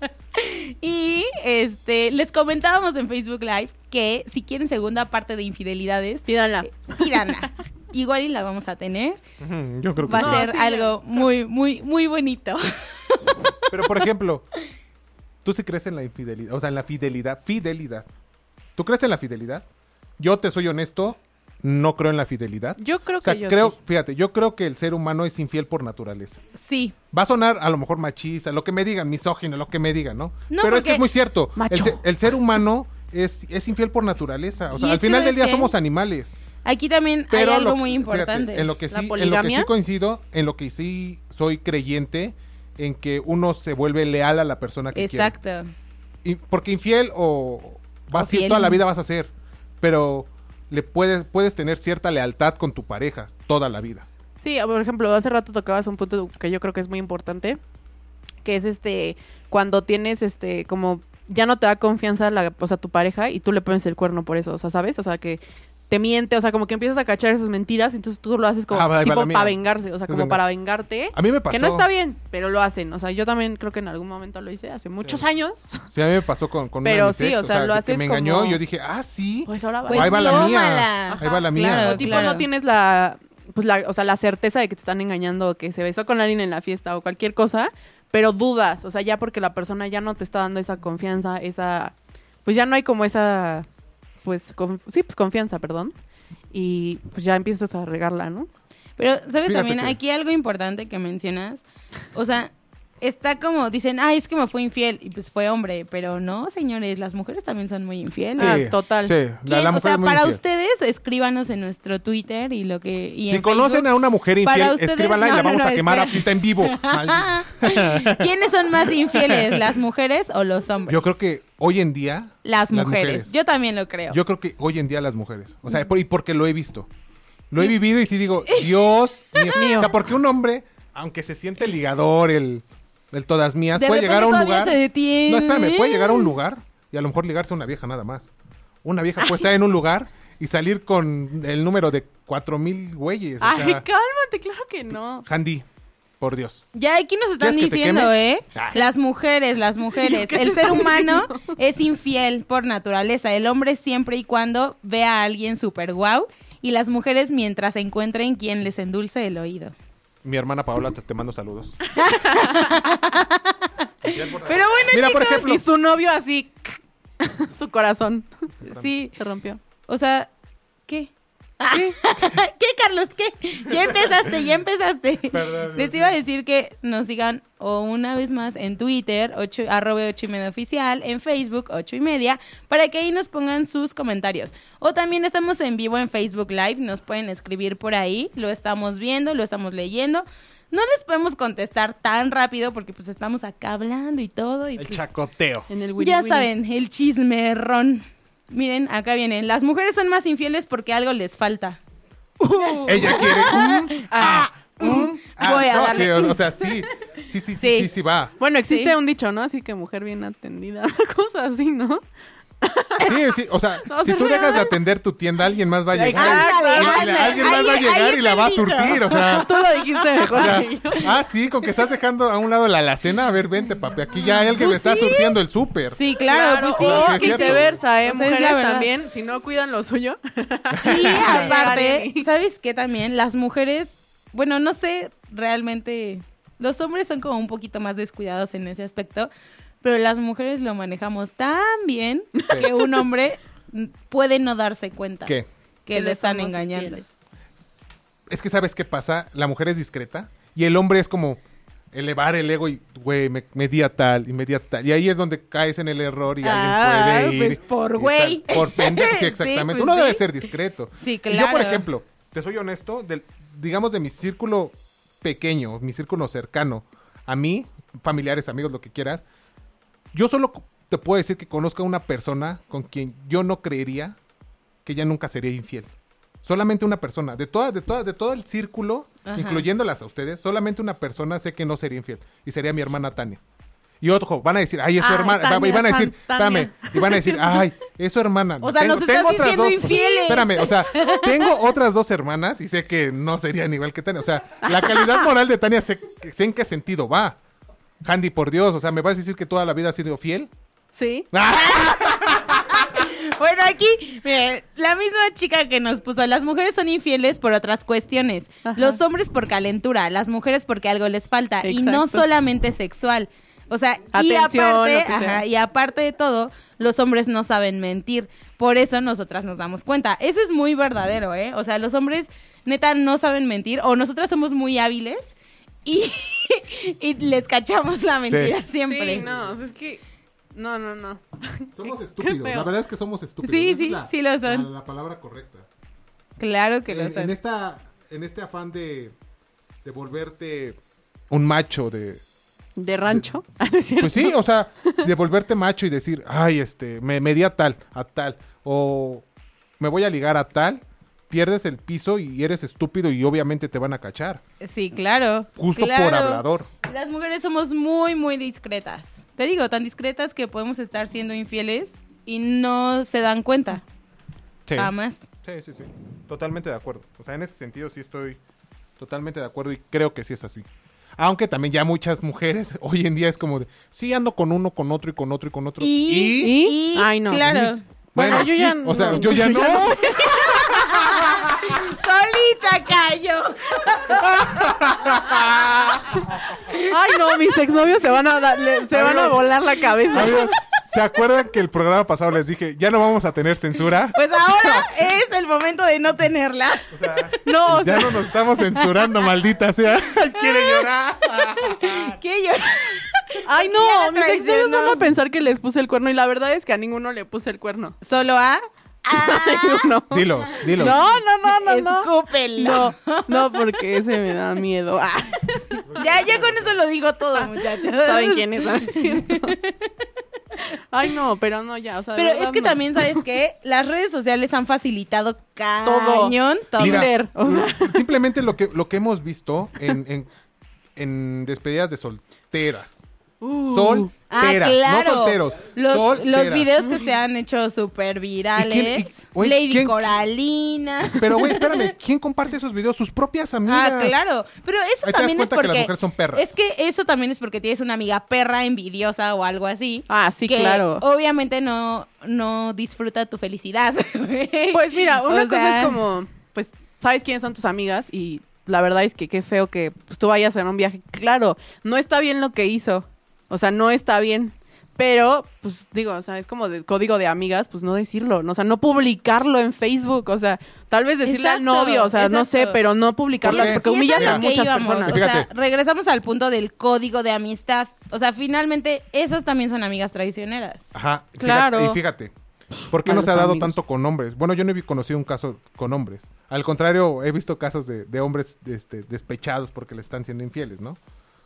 A: Y este, les comentábamos en Facebook Live que si quieren segunda parte de infidelidades,
D: Pídanla.
A: pídanla. Igual y la vamos a tener.
C: Ujú, Yo creo que
A: Va
C: sí.
A: a ser
D: sí,
A: algo muy, muy, muy bonito.
C: Pero por ejemplo, tú sí crees en la infidelidad, o sea, en la fidelidad, fidelidad. ¿Tú crees en la fidelidad? Yo te soy honesto, no creo en la fidelidad.
D: Yo creo
C: o sea,
D: que yo
C: creo,
D: sí.
C: fíjate, yo creo que el ser humano es infiel por naturaleza.
A: Sí.
C: Va a sonar a lo mejor machista, lo que me digan, misógino, lo que me digan, ¿no?
A: No,
C: Pero es
A: porque-
C: que es muy cierto. El,
D: Macho.
C: se- el ser humano es, es infiel por naturaleza. O
A: Y
C: sea,
A: es
C: al
A: que,
C: final del
A: ¿sabes
C: día
A: qué?
C: somos animales.
A: Aquí también
C: Pero
A: hay algo
C: lo-
A: muy
C: fíjate,
A: importante.
C: en, lo que
D: ¿La
C: sí, en lo que sí
D: poligamia?
C: coincido, en lo que sí soy creyente, en que uno se vuelve leal a la persona que quiere.
A: Exacto.
C: Y- porque infiel o vas
A: O
C: a ser
A: fiel.
C: toda la vida vas a ser, pero le puedes puedes tener cierta lealtad con tu pareja toda la vida.
D: Sí, por ejemplo, hace rato tocabas un punto que yo creo que es muy importante, que es este, cuando tienes este, como, ya no te da confianza la, o sea, tu pareja y tú le pones el cuerno por eso, o sea, ¿sabes? O sea, que te miente, o sea, como que empiezas a cachar esas mentiras, entonces tú lo haces como
C: Ah, va- va la
D: tipo
C: mía.
D: para vengarse, o sea, como
C: Venga.
D: para vengarte.
C: A mí me pasó.
D: Que no está bien, pero lo hacen, o sea, yo también creo que en algún momento lo hice, hace muchos años.
C: Sí, a mí me pasó con, con una de
D: Pero
C: mis
D: sí,
C: ex,
D: o sea, lo
C: que- que
D: haces
C: me engañó
D: como-
C: y yo dije, "Ah, sí."
D: Pues ahora va.
A: Pues
C: ahí va la
A: tómala.
C: mía. Ahí va la mía.
A: Claro,
D: O tipo,
A: claro.
D: no tienes la, pues la, o sea, la certeza de que te están engañando o que se besó con alguien en la fiesta o cualquier cosa, pero dudas, o sea, ya porque la persona ya no te está dando esa confianza, esa, pues ya no hay como esa, pues, conf- sí, pues confianza, perdón. Y pues ya empiezas a regarla, ¿no?
A: Pero, ¿sabes
C: Fíjate
A: también?
C: que-
A: Aquí algo importante que mencionas. O sea, está como, dicen, ay, es que me fue infiel. Y pues fue hombre. Pero no, señores, las mujeres también son muy infieles.
D: Ah, total.
C: Sí, la-
A: ¿Quién-
C: la
A: o
C: mujer
A: sea,
C: es muy
A: para
C: infiel.
A: ustedes, escríbanos en nuestro Twitter y lo que. Y
C: Si
A: en
C: conocen
A: Facebook.
C: a una mujer
A: Para
C: infiel,
A: ustedes-
C: escríbanla
A: no,
C: y la
A: no,
C: vamos
A: no,
C: a quemar
A: espera.
C: a pita en vivo. Maldita.
A: Ah, ¿Quiénes son más infieles, las mujeres o los hombres?
C: Yo creo que hoy en día
A: las mujeres. Yo también lo creo. Mm.
C: Yo creo que hoy en día las mujeres. O sea, por- y porque lo he visto. Lo he vivido y sí digo, Dios mío.
D: Mío.
C: O sea, porque un hombre, aunque se siente el ligador, el, el todas mías,
A: De
C: puede llegar a
A: repente
C: un
A: todavía
C: lugar.
A: se detiene.
C: No, espérame, puede llegar a un lugar y a lo mejor ligarse a una vieja nada más. Una vieja puede estar en un lugar y salir con el número de cuatro mil güeyes. O
D: Ay,
C: sea,
D: cálmate, claro que no.
C: Handy, por Dios.
A: Ya aquí nos están
C: ¿Quieres que te
A: diciendo,
C: queme?
A: ¿eh?
C: Ah.
A: Las mujeres, las mujeres. El ser humano es infiel por naturaleza. El hombre siempre y cuando vea a alguien súper guau. Y las mujeres mientras encuentren quien les endulce el oído.
C: Mi hermana Paola, te, te mando saludos.
A: Pero bueno,
C: Mira, por ejemplo,
D: Y su novio así, su corazón
A: sí.
D: se rompió.
A: O sea, ¿qué? ¿Qué? ¿Qué, Carlos? ¿Qué? Ya empezaste, ya empezaste.
C: Perdón,
A: Les iba a decir que nos sigan o una vez más en Twitter, ocho, arroba ocho y media oficial, en Facebook, ocho y media, para que ahí nos pongan sus comentarios. O también estamos en vivo en Facebook Live, nos pueden escribir por ahí, lo estamos viendo, lo estamos leyendo. No les podemos contestar tan rápido porque pues estamos acá hablando y todo. Y
C: el
A: pues,
C: chacoteo.
D: En el Willy
A: ya
D: Willy.
A: saben, el chismerrón. Miren, acá vienen. Las mujeres son más infieles porque algo les falta.
C: Ella quiere. un, ah, un, ah.
A: uh, Voy a
C: No,
A: darle
C: sí, o,
A: un.
C: o sea, sí. Sí, sí, sí,
A: Sí.
C: sí, sí, va.
D: Bueno, existe
A: Sí.
D: un dicho, ¿no? Así que mujer bien atendida, una cosa así, ¿no?
C: Sí, sí, o sea,
D: No,
C: si
D: es
C: tú dejas de
D: real.
C: atender tu tienda, alguien más va a llegar.
A: Ándale,
C: Y la-
A: ándale.
C: alguien más
A: Ahí-
C: va a
A: ahí
C: llegar y
A: está
C: la
A: el
C: va a
A: dicho.
C: surtir, o sea.
D: Tú lo dijiste mejor
C: ya.
D: que yo.
C: Ah, sí, con que estás dejando a un lado la alacena, a ver, vente, papi, aquí ya hay alguien me
D: Pues
C: está
D: sí.
C: surtiendo el súper.
A: Sí, claro, pues sí.
C: o sea,
D: o
C: sí es cierto.
D: viceversa, ¿eh?
A: O sea, es la
D: Mujeres
A: verdad.
D: también, si no cuidan lo suyo.
A: Y aparte,
D: Ari.
A: ¿sabes qué también? Las mujeres, bueno, no sé realmente, los hombres son como un poquito más descuidados en ese aspecto, pero las mujeres lo manejamos tan bien que un hombre mm, puede no darse cuenta
C: ¿Qué?
A: que lo
D: le
A: están
D: somos
A: engañando.
D: infieles.
C: Es que sabes qué pasa, la mujer es discreta y el hombre es como elevar el ego y, güey, me, me di a tal y me di a tal. Y ahí es donde caes en el error y
A: Ah,
C: alguien puede ir.
A: pues, por
C: y tal.
A: güey.
C: Por pendejo,
A: Sí,
C: sí, exactamente.
A: pues,
C: Uno debe
A: sí.
C: ser discreto.
A: Sí,
C: Y yo, por
A: claro.
C: ejemplo, te soy honesto, del, digamos de mi círculo pequeño, mi círculo cercano, a mí, familiares, amigos, lo que quieras, yo solo co- te puedo decir que conozco a una persona con quien yo no creería que ella nunca sería infiel. Solamente una persona. De todas, de todas, de todo el círculo,
A: Ajá.
C: incluyéndolas a ustedes, solamente una persona sé que no sería infiel. Y sería mi hermana Tania. Y otro, van a decir, ay, es su
D: Ay,
C: hermana. va-
D: Tania,
C: y van a decir,
D: San-
C: dame.
D: Tania.
C: Y van a decir, ay, es su hermana.
A: O sea, nos estás
C: otras
A: diciendo infieles.
C: Espérame, o sea, tengo otras dos hermanas y sé que no sería a nivel que Tania. O sea, la calidad moral de Tania sé, sé en qué sentido va. Handy, por Dios, o sea, ¿me vas a decir que toda la vida has sido fiel?
D: Sí.
A: Bueno, aquí, mira, la misma chica que nos puso, las mujeres son infieles por otras cuestiones,
D: Ajá.
A: los hombres por calentura, las mujeres porque algo les falta, y no
D: Exacto.
A: solamente sexual. O sea, y
D: Atención,
A: aparte,
D: lo que sea.
A: ajá, y aparte de todo, los hombres no saben mentir. Por eso nosotras nos damos cuenta. Eso es muy verdadero, ¿eh? O sea, los hombres neta no saben mentir o nosotras somos muy hábiles y, y les cachamos la mentira siempre.
D: Sí, no, o sea, es que. No, no, no.
C: Somos
D: Qué
C: estúpidos,
D: feo.
C: la verdad es que somos estúpidos.
A: Sí,
C: Esa es
A: sí,
C: la-
A: sí lo son.
C: La, la palabra correcta.
A: Claro que lo
C: En, en
A: son.
C: esta, en este afán de, de volverte un macho, de...
D: ¿De rancho? Ah, no es cierto.
C: Pues sí, o sea, de volverte macho y decir, ay, este, me, me di a tal, a tal, o me voy a ligar a tal, pierdes el piso y eres estúpido y obviamente te van a cachar.
A: Sí, claro.
C: Justo
A: claro.
C: por hablador.
A: Las mujeres somos muy, muy discretas. Te digo, tan discretas que podemos estar siendo infieles y no se dan cuenta.
C: Sí.
A: Jamás.
C: Sí, sí, sí. Totalmente de acuerdo. O sea, en ese sentido sí estoy totalmente de acuerdo y creo que sí es así. Aunque también ya muchas mujeres hoy en día es como de, sí ando con uno, con otro y con otro y con otro.
A: Y,
D: ¿Y?
A: y-
D: Ay, no.
A: Claro.
C: bueno,
D: yo ya
C: O sea,
D: no-
C: yo ya
D: yo
C: no.
D: ya
A: Solita cayó.
D: Ay, no, mis exnovios se van a, dar- le- se van a
C: Amigos.
D: volar la cabeza.
C: Amigos, ¿se acuerdan que el programa pasado les dije, ya no vamos a tener censura?
A: Pues ahora es el momento de no tenerla.
D: No, o
C: Ya
D: sea,
C: no nos estamos censurando, maldita sea. Quiere llorar.
A: ¿Qué llorar?
D: ay,
A: Ya
D: no,
A: la
D: mis exnovios
A: traicionó.
D: van a pensar que les puse el cuerno y la verdad es que a ninguno le puse el cuerno.
A: Solo a. Ah.
D: Ninguno.
C: Dilos, dilos.
D: No, no, no, no, no.
A: Escúpelo.
D: No, no, porque ese me da miedo. Ah,
A: Ya, ya con eso lo digo todo, muchachos.
D: ¿Saben quién es? Ah, es cierto. Ay, no, pero no, ya, o sea, de
A: Pero
D: verdad
A: es que
D: no.
A: también, ¿sabes qué? Las redes sociales han facilitado
D: Todo.
A: cañón todo.
C: Mira,
D: Tinder, o sea.
C: Simplemente lo que, lo que hemos visto en, en, en despedidas de solteras.
D: Uh.
C: Solteras,
A: Ah, claro.
C: no solteros.
A: Los,
C: solteras.
A: los videos que se han hecho súper
C: ¿Y quién-
A: virales.
C: y- güey,
A: Lady
C: quién-
A: Coralina.
C: Pero, güey, espérame, ¿quién comparte esos videos? Sus propias amigas.
A: Ah, claro. Pero eso
C: Ahí te das
A: también es
C: cuenta que
A: porque.
C: las mujeres son perras.
A: Es que eso también es porque tienes una amiga perra, envidiosa o algo así.
D: Ah, sí,
A: que
D: claro.
A: Obviamente no, no disfruta tu felicidad.
D: Pues mira, una
A: O
D: cosa
A: sea,
D: es como, pues, sabes quiénes son tus amigas y la verdad es que qué feo que pues, tú vayas en un viaje. Claro, no está bien lo que hizo. O sea, no está bien. Pero, pues digo, o sea, es como de código de amigas, pues no decirlo, ¿no? o sea, no publicarlo en Facebook, o sea, tal vez decirle al
A: Exacto,
D: novio, o sea, no sé,
A: exacto.
D: pero no publicarlo
C: Y es-
D: porque
C: y eso
D: humillas
C: es lo
D: a
C: que
D: muchas
A: íbamos,
D: personas.
A: O sea,
C: Fíjate.
A: regresamos al punto del código de amistad. O sea, finalmente esas también son amigas traicioneras.
C: Ajá, fíjate-
D: Claro.
C: y fíjate, ¿por qué
D: A
C: no
D: los
C: se ha dado
D: amigos.
C: tanto con hombres? Bueno, yo no he conocido un caso con hombres. Al contrario, he visto casos de, de hombres este, despechados porque le están siendo infieles, ¿no?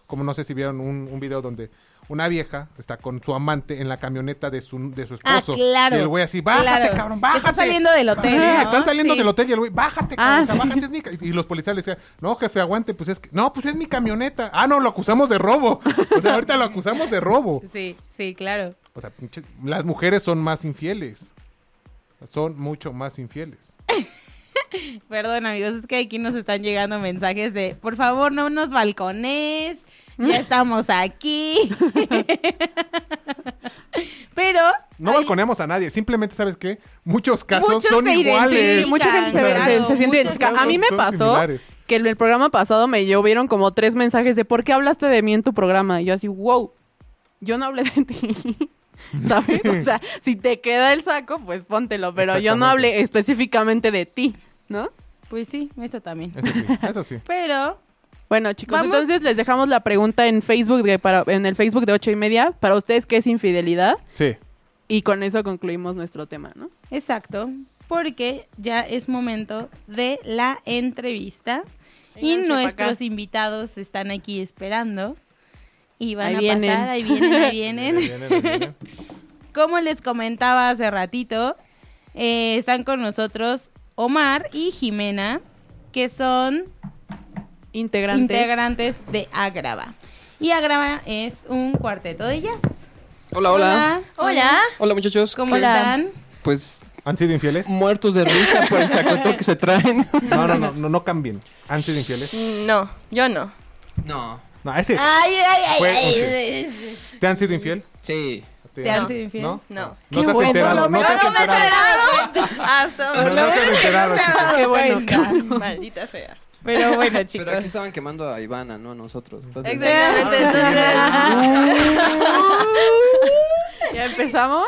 C: Como no sé si vieron un, un video donde una vieja está con su amante en la camioneta de su, de su
A: Ah,
C: esposo.
A: claro.
C: Y el güey así, bájate,
A: Claro.
C: cabrón,
A: Que
C: bájate.
A: está saliendo del hotel,
C: Sí,
A: ¿no?
C: están saliendo
A: Sí.
C: del hotel y el güey, bájate, cabrón,
D: Ah,
C: o sea,
D: sí.
C: bájate, es mi ca-". Y, y los policías le decían, no, jefe, aguante, pues es que, no, pues es mi camioneta. Ah, no, lo acusamos de robo. O sea, ahorita lo acusamos de robo.
A: Sí, sí, claro.
C: O sea, pinche- las mujeres son más infieles. Son mucho más infieles.
A: Perdón, amigos, es que aquí nos están llegando mensajes de, por favor, no nos balcones, ya estamos aquí. Pero
C: No
A: hay-
C: balconeamos a nadie, simplemente, ¿sabes qué? Muchos casos
A: Muchos
C: son
A: se
C: iguales.
A: identifican,
D: Mucha gente se,
A: claro,
D: se- se siente
A: muchos
D: identificada. A
C: casos
D: mí me
C: son
D: pasó
C: similares.
D: que en el programa pasado me llovieron como tres mensajes de ¿por qué hablaste de mí en tu programa? Y yo así, wow, yo no hablé de ti. ¿Sabes? O sea, si te queda el saco, pues póntelo, pero yo no
C: Exactamente.
D: hablé específicaamente de ti, ¿no?
A: Pues sí, eso también.
C: Eso sí, eso sí.
A: Pero
D: Bueno, chicos,
A: Vamos.
D: entonces les dejamos la pregunta en Facebook de para, en el Facebook de ocho y media. Para ustedes, ¿qué es infidelidad?
C: Sí.
D: Y con eso concluimos nuestro tema, ¿no?
A: Exacto, porque ya es momento de la entrevista y
D: Vénganse pa'
A: nuestros
D: acá.
A: invitados están aquí esperando y van
D: Ahí
A: a
D: vienen.
A: pasar, ahí vienen, ahí
C: Ahí
A: vienen.
C: vienen, ahí vienen.
A: Como les comentaba hace ratito, eh, están con nosotros Omar y Jimena, que son
D: Integrantes.
A: integrantes de Agrava. Y Agrava es un cuarteto de jazz.
E: Hola, hola.
A: Hola.
E: Hola, muchachos.
A: ¿Cómo
E: Hola.
A: están?
E: Pues
C: ¿Han sido infieles?
E: muertos de risa por el chacotón que se traen.
C: No, no, no, no, no cambien. ¿Han sido infieles?
F: No, yo no.
E: No.
C: No, ese
A: Ah.
F: Ay, ay, ay,
C: fue un
F: ay,
C: sí. ¿Te han sido infiel?
E: Sí.
A: ¿Te han sido infiel?
C: ¿No?
F: No.
C: No te has
D: bueno.
C: enterado. No te has
F: no me he
C: enterado.
F: enterado. Hasta
C: No, no
F: ahora.
C: se han enterado, chicos.
F: Qué
D: bueno,
F: Maldita sea.
A: Pero bueno,
E: Pero
A: chicos.
E: aquí estaban quemando a Ivana, no a nosotros. ¿Estás Ah, de
F: Exactamente, entonces.
D: ¿Ya empezamos?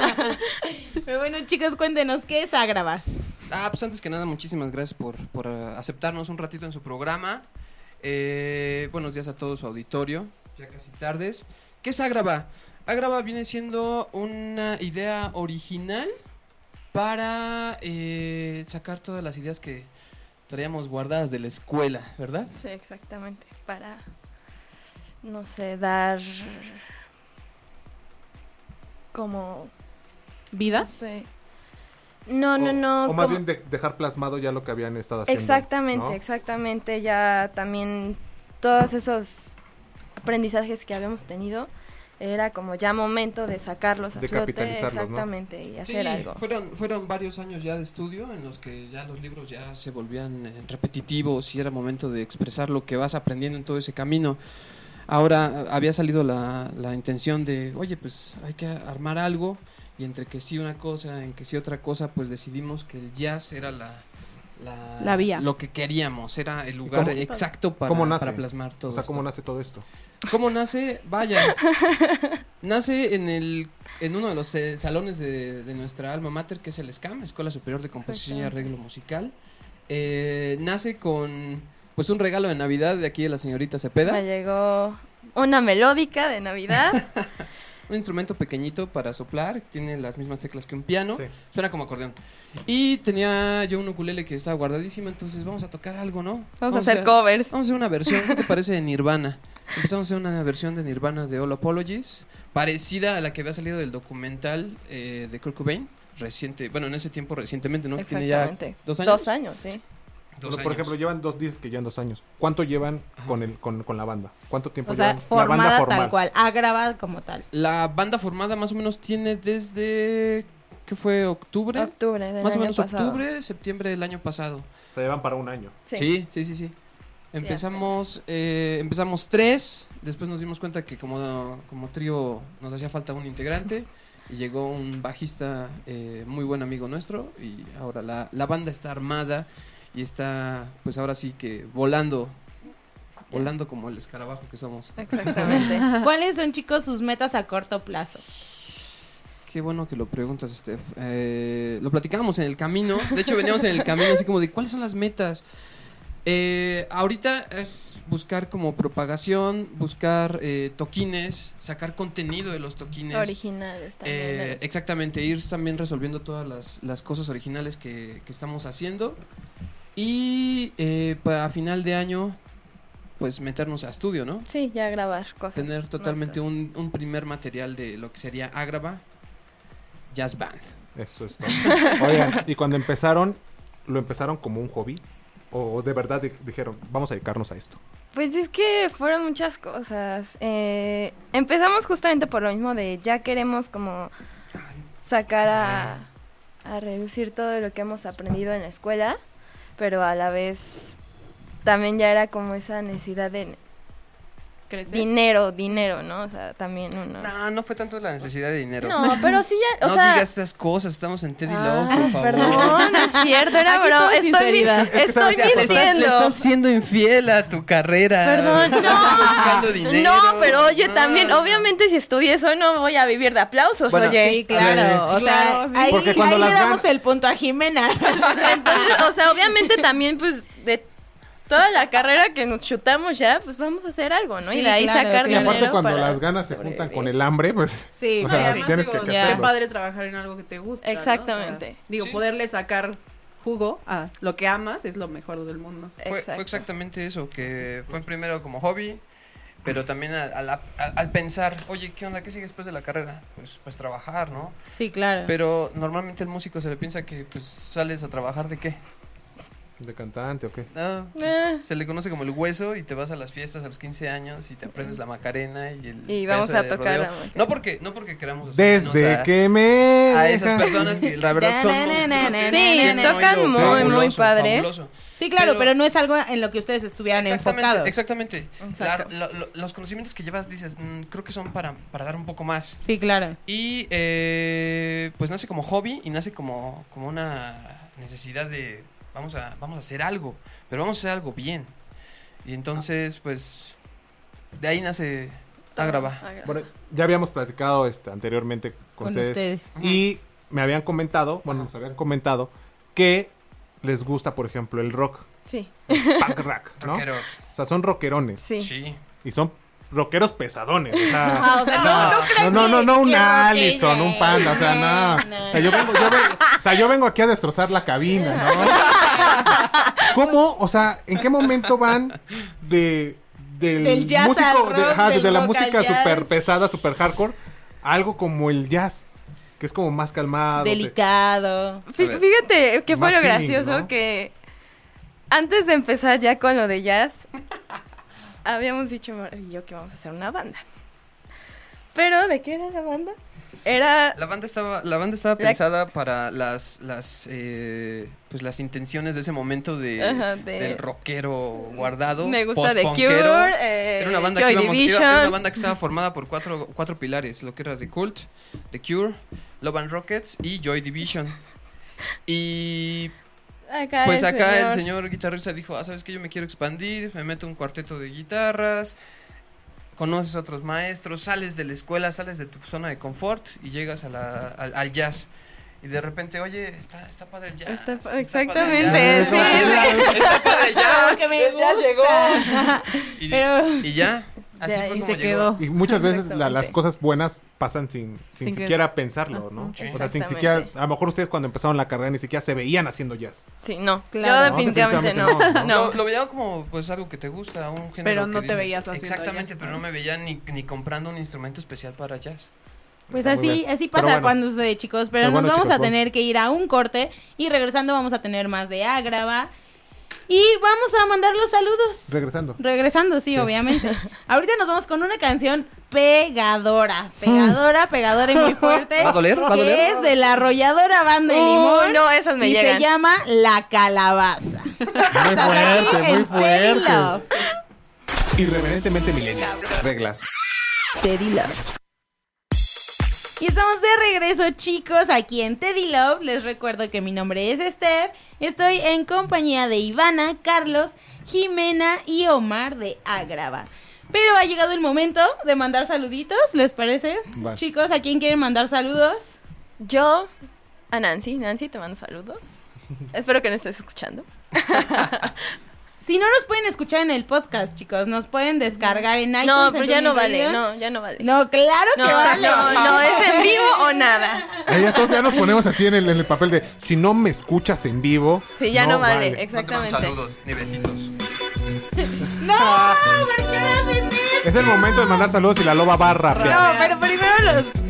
A: Pero bueno, chicos, cuéntenos, ¿qué es Agrava?
E: Ah, pues antes que nada, muchísimas gracias por, por, eh, aceptarnos un ratito en su programa. Eh, buenos días a todo su auditorio, ya casi tardes. ¿Qué es Agrava? Agrava viene siendo una idea original para eh, sacar todas las ideas que traíamos guardadas de la escuela, ¿verdad?
F: Sí, exactamente. Para, no sé, dar como,
E: Ah.
F: no
D: ¿Vida?
F: sé. No, no,
C: O-
F: no.
C: O más
F: como-
C: bien de- dejar plasmado ya lo que habían estado haciendo.
F: Exactamente,
C: ¿no?
F: exactamente. Ya también todos esos aprendizajes que habíamos tenido era como ya momento de sacarlos a
C: De
F: flote,
C: capitalizarlos, ¿no?
F: exactamente, y hacer algo.
E: Fueron, fueron varios años ya de estudio en los que ya los libros ya se volvían eh, repetitivos y era momento de expresar lo que vas aprendiendo en todo ese camino. Ahora a- había salido la, la intención de, oye, pues hay que armar algo y entre que sí una cosa, en que sí otra cosa, pues decidimos que el jazz era la... La,
D: La vía.
E: Lo que queríamos, era el lugar
C: cómo-
E: exacto para,
C: cómo nace?
E: para plasmar todo.
C: O sea,
E: esto.
C: ¿cómo nace todo esto?
E: ¿Cómo nace? Vaya. nace en el en uno de los eh, salones de, de nuestra alma mater, que es el SCAM, Escuela Superior de Composición y Arreglo Musical. Eh, nace con pues un regalo de Navidad de aquí de la señorita Cepeda.
F: Me llegó una melódica de Navidad.
E: Un instrumento pequeñito para soplar, tiene las mismas teclas que un piano,
C: Sí.
E: suena como acordeón. Y tenía yo un ukulele que estaba guardadísimo, entonces vamos a tocar algo, ¿no?
F: Vamos a hacer covers.
E: Vamos a hacer una versión, ¿qué te parece de Nirvana? Empezamos a hacer una versión de Nirvana de All Apologies, parecida a la que había salido del documental eh, de Kurt Cobain, reciente, bueno, en ese tiempo recientemente, ¿no? Que tiene ya
F: Exactamente.
E: dos años.
F: Dos años, sí.
E: Dos
C: Por
E: años.
C: ejemplo, llevan dos discos que llevan dos años. ¿Cuánto llevan con, el, con, con la banda? ¿Cuánto tiempo
A: O sea,
C: llevan Pues la
A: formada
C: banda
A: tal cual, Agrava como tal.
E: La banda formada más o menos tiene desde, ¿qué fue? ¿Octubre?
F: Octubre del
E: más
F: año
E: o menos
F: pasado.
E: octubre, septiembre del año pasado.
C: Se llevan para un año.
F: Sí.
E: Sí, sí, sí, sí. Empezamos, eh, empezamos tres, después nos dimos cuenta que como, como trío nos hacía falta un integrante y llegó un bajista eh, muy buen amigo nuestro y ahora la, la banda está armada y está pues ahora sí que volando, volando como el escarabajo que somos.
F: Exactamente.
A: ¿Cuáles son, chicos, sus metas a corto plazo?
E: Qué bueno que lo preguntas, Steph. Eh, lo platicábamos en el camino. De hecho, veníamos en el camino así como de cuáles son las metas. Eh, ahorita es buscar como propagación, buscar eh, toquines, sacar contenido de los toquines.
F: Originales también. de
E: Eh,
F: los-
E: exactamente, ir también resolviendo todas las, las cosas originales que, que estamos haciendo. Y eh, para final de año, pues meternos a estudio, ¿no?
F: Sí, ya grabar cosas.
E: Tener totalmente
F: nuestras.
E: un, un primer material de lo que sería Agrava Jazz Band.
C: Eso es todo. Oigan, y cuando empezaron, ¿lo empezaron como un hobby? ¿O de verdad di- dijeron, vamos a dedicarnos a esto?
F: Pues es que fueron muchas cosas. Eh, empezamos justamente por lo mismo de ya queremos como sacar a, a reducir todo lo que hemos aprendido en la escuela, pero a la vez también ya era como esa necesidad de
D: Crecer.
F: dinero, dinero, ¿no? O sea, también uno.
E: No, no fue tanto la necesidad de dinero.
F: No, pero sí ya, o
E: No
F: sea,
E: digas esas cosas, estamos en Teddy
F: Ah,
E: Love, por favor.
F: Perdón, no es cierto, era
D: Aquí
F: broma.
D: todo es
F: Estoy, mi-
D: sinceridad.
E: Es que,
F: estoy
E: o sea, le estás, le
F: mintiendo.
E: estás siendo infiel a tu carrera.
F: Perdón,
E: Estás
F: no.
E: buscando dinero. Ah.
F: No, pero oye,
E: No,
F: también,
E: no, no.
F: obviamente, si estudié eso, no voy a vivir de aplausos,
E: Bueno,
F: oye.
A: Sí, claro.
E: A
A: o sea,
D: Claro, sí.
A: ahí,
C: Porque cuando
A: ahí
C: las
A: le
C: gan-
A: damos el punto a Jimena.
F: Entonces, o sea, obviamente también, pues, de toda la carrera que nos chutamos ya, pues vamos a hacer algo, ¿no? y
A: Sí,
F: de ahí
A: claro,
F: sacar
A: claro.
C: Y
F: dinero.
C: aparte cuando
F: para
C: las ganas se juntan
F: sobrevivir.
C: con el hambre, pues...
A: sí,
C: o
D: No, y
C: sea,
D: además,
C: tienes
D: digo,
C: que
D: ya.
C: hacerlo.
D: qué padre trabajar en algo que te gusta. ¿no?
F: Exactamente.
D: O sea, digo,
E: Sí.
D: poderle sacar jugo a lo que amas es lo mejor del mundo.
E: Fue,
F: Exacto.
E: fue exactamente eso, que fue primero como hobby, pero también a- a la- a- al pensar, oye, ¿qué onda? ¿Qué sigue después de la carrera? Pues, pues trabajar, ¿no?
A: Sí, claro.
E: Pero normalmente el músico se le piensa que pues sales a trabajar de qué?
C: ¿De cantante o qué?
E: No,
F: Eh.
E: Se le conoce como el hueso y te vas a las fiestas a los 15 años y te aprendes la macarena y el
F: Y vamos
E: paso
F: a
E: de
F: tocar
E: rodeo.
F: la Macarena.
E: No porque no porque queramos asustarnos
C: Desde
E: a,
C: que me...
E: a esas
C: dejas-
E: personas que la verdad son
F: Sí,
E: tienen un
F: tocan
E: oído
F: muy,
E: fabuloso,
F: muy padre.
E: fabuloso.
A: sí, claro, pero,
E: pero-
A: no es algo en lo que ustedes estuvieran
E: Exactamente,
A: enfocados.
E: exactamente.
F: Exacto.
E: La- lo- lo- los conocimientos que llevas dices, "Mm, creo que son para, para dar un poco más.
A: Sí, claro.
E: Y eh, pues nace como hobby y nace como, como una necesidad de vamos a, vamos a hacer algo, pero vamos a hacer algo bien. Y entonces, pues, de ahí nace
F: Ah.
E: Agrava.
C: Bueno, ya habíamos platicado este, anteriormente con,
A: Con
C: ustedes,
A: ustedes.
C: Y me habían comentado, bueno, nos habían comentado que les gusta, por ejemplo, el rock,
F: Sí,
C: punk rock, ¿no?
E: Rockeros.
C: O sea, son rockerones
F: sí.
E: Sí.
C: y son rockeros pesadones. O sea,
A: Ah, o sea, no,
C: no,
A: no
C: no, no, no, un
A: Claro que
C: Allison,
A: no.
C: un Panda, o sea, no.
A: No.
C: O sea, yo vengo, yo vengo- o sea, yo vengo aquí a destrozar la cabina, ¿no? ¿Cómo? O sea, ¿en qué momento van de del,
A: Del jazz
C: músico
A: al rock,
C: de, ajá,
A: del
C: de la
A: rock
C: música
A: al jazz.
C: súper pesada, súper hardcore, a algo como el jazz, que es como más calmado?
A: delicado.
F: Fí-
E: A ver.
F: Fíjate que fue
C: Más
F: lo
C: feeling,
F: gracioso
C: ¿no?
F: que antes de empezar ya con lo de jazz, habíamos dicho Mar y yo que íbamos a hacer una banda. Pero ¿de qué era la banda? Era
E: La banda estaba, la banda estaba
F: La-
E: pensada para las, las, eh, pues las intenciones de ese momento de,
F: Ajá, de-
E: del rockero guardado.
F: Me gusta The Cure,
E: postpunkero.
F: eh,
E: era una banda
F: Joy
E: que íbamos- era- era una
F: Division.
E: banda que estaba formada por cuatro, cuatro pilares, lo que era The Cult, The Cure, Love and Rockets y Joy Division. Y
F: acá
E: pues
F: el
E: acá
F: señor.
E: el señor guitarrista dijo, ah, sabes que yo me quiero expandir, me meto a un cuarteto de guitarras, conoces a otros maestros, sales de la escuela, sales de tu zona de confort y llegas a la- al, al jazz. Y de repente, oye, está, está padre el jazz.
F: Está pa-
E: padre el jazz,
F: exactamente, sí,
E: Está padre el jazz.
A: que me
E: el jazz
A: gusta".
E: llegó. Y,
A: Pero-
E: y ya, así
F: De
E: fue
F: ahí
E: como
D: se
E: llegó.
D: quedó.
C: Y muchas veces la- las
F: Exactamente.
C: cosas buenas pasan sin, sin,
D: Sin que-
C: siquiera pensarlo, ¿no?
E: Sí.
C: O sea, sin siquiera, a lo mejor ustedes cuando empezaron la carrera ni siquiera se veían haciendo jazz.
F: Sí, no,
A: Claro.
F: yo definitivamente no.
C: Definitivamente no,
F: no.
E: Lo, lo veía como pues algo que te gusta, un género
D: Pero
E: que
D: no te
E: dices,
D: veías haciendo
E: Exactamente,
D: jazz,
E: pero
D: ¿no?
E: no me veía ni, ni comprando un instrumento especial para jazz.
A: Pues
C: Está muy
A: así,
C: bien.
A: así
C: Pero
A: pasa
C: bueno.
A: cuando sucede, chicos. Pero,
C: Pero
A: nos
C: bueno,
A: vamos
C: chicos,
A: a tener que ir a un corte y regresando vamos a tener más de Ágrava. Y vamos a mandar los saludos.
C: Regresando.
A: Regresando, sí, obviamente. Ahorita nos vamos con una canción pegadora. Pegadora, pegadora y muy fuerte.
E: Mm. ¿Va a doler? ¿Va a
A: que
E: doler?
A: es de la arrolladora banda de
F: No,
A: limón.
F: Oh, no, esas me
A: y
F: llegan.
A: se llama La Calabaza.
C: Muy
A: Estás aquí en Teddy Love.
C: Irreverentemente milenial. Reglas.
A: Teddy Love. Y estamos de regreso, chicos, aquí en Teddy Love. Les recuerdo que mi nombre es Steph. Estoy en compañía de Ivana, Carlos, Jimena y Omar de Agrava. Pero ha llegado el momento de mandar saluditos, ¿les parece?
C: Vale.
A: Chicos, ¿a quién quieren mandar saludos?
F: Yo a Nancy, Nancy, te mando saludos. Espero que no estés escuchando.
A: Si no nos pueden escuchar en el podcast, chicos, nos pueden descargar en iTunes.
F: No,
A: en
F: pero ya
A: TuneIn
F: no vale,
A: Radio.
F: no, ya no vale.
A: No, claro que
F: No,
A: vale.
F: no, no, es en vivo o nada.
C: Ahí entonces ya nos ponemos así en el, en el papel de si no me escuchas en vivo.
F: Sí, ya no, vale, exactamente.
E: saludos ni besitos.
A: No, ¿por qué me hacen eso?
C: Es el momento de mandar saludos y la loba va a
A: No,
C: rapear.
A: pero primero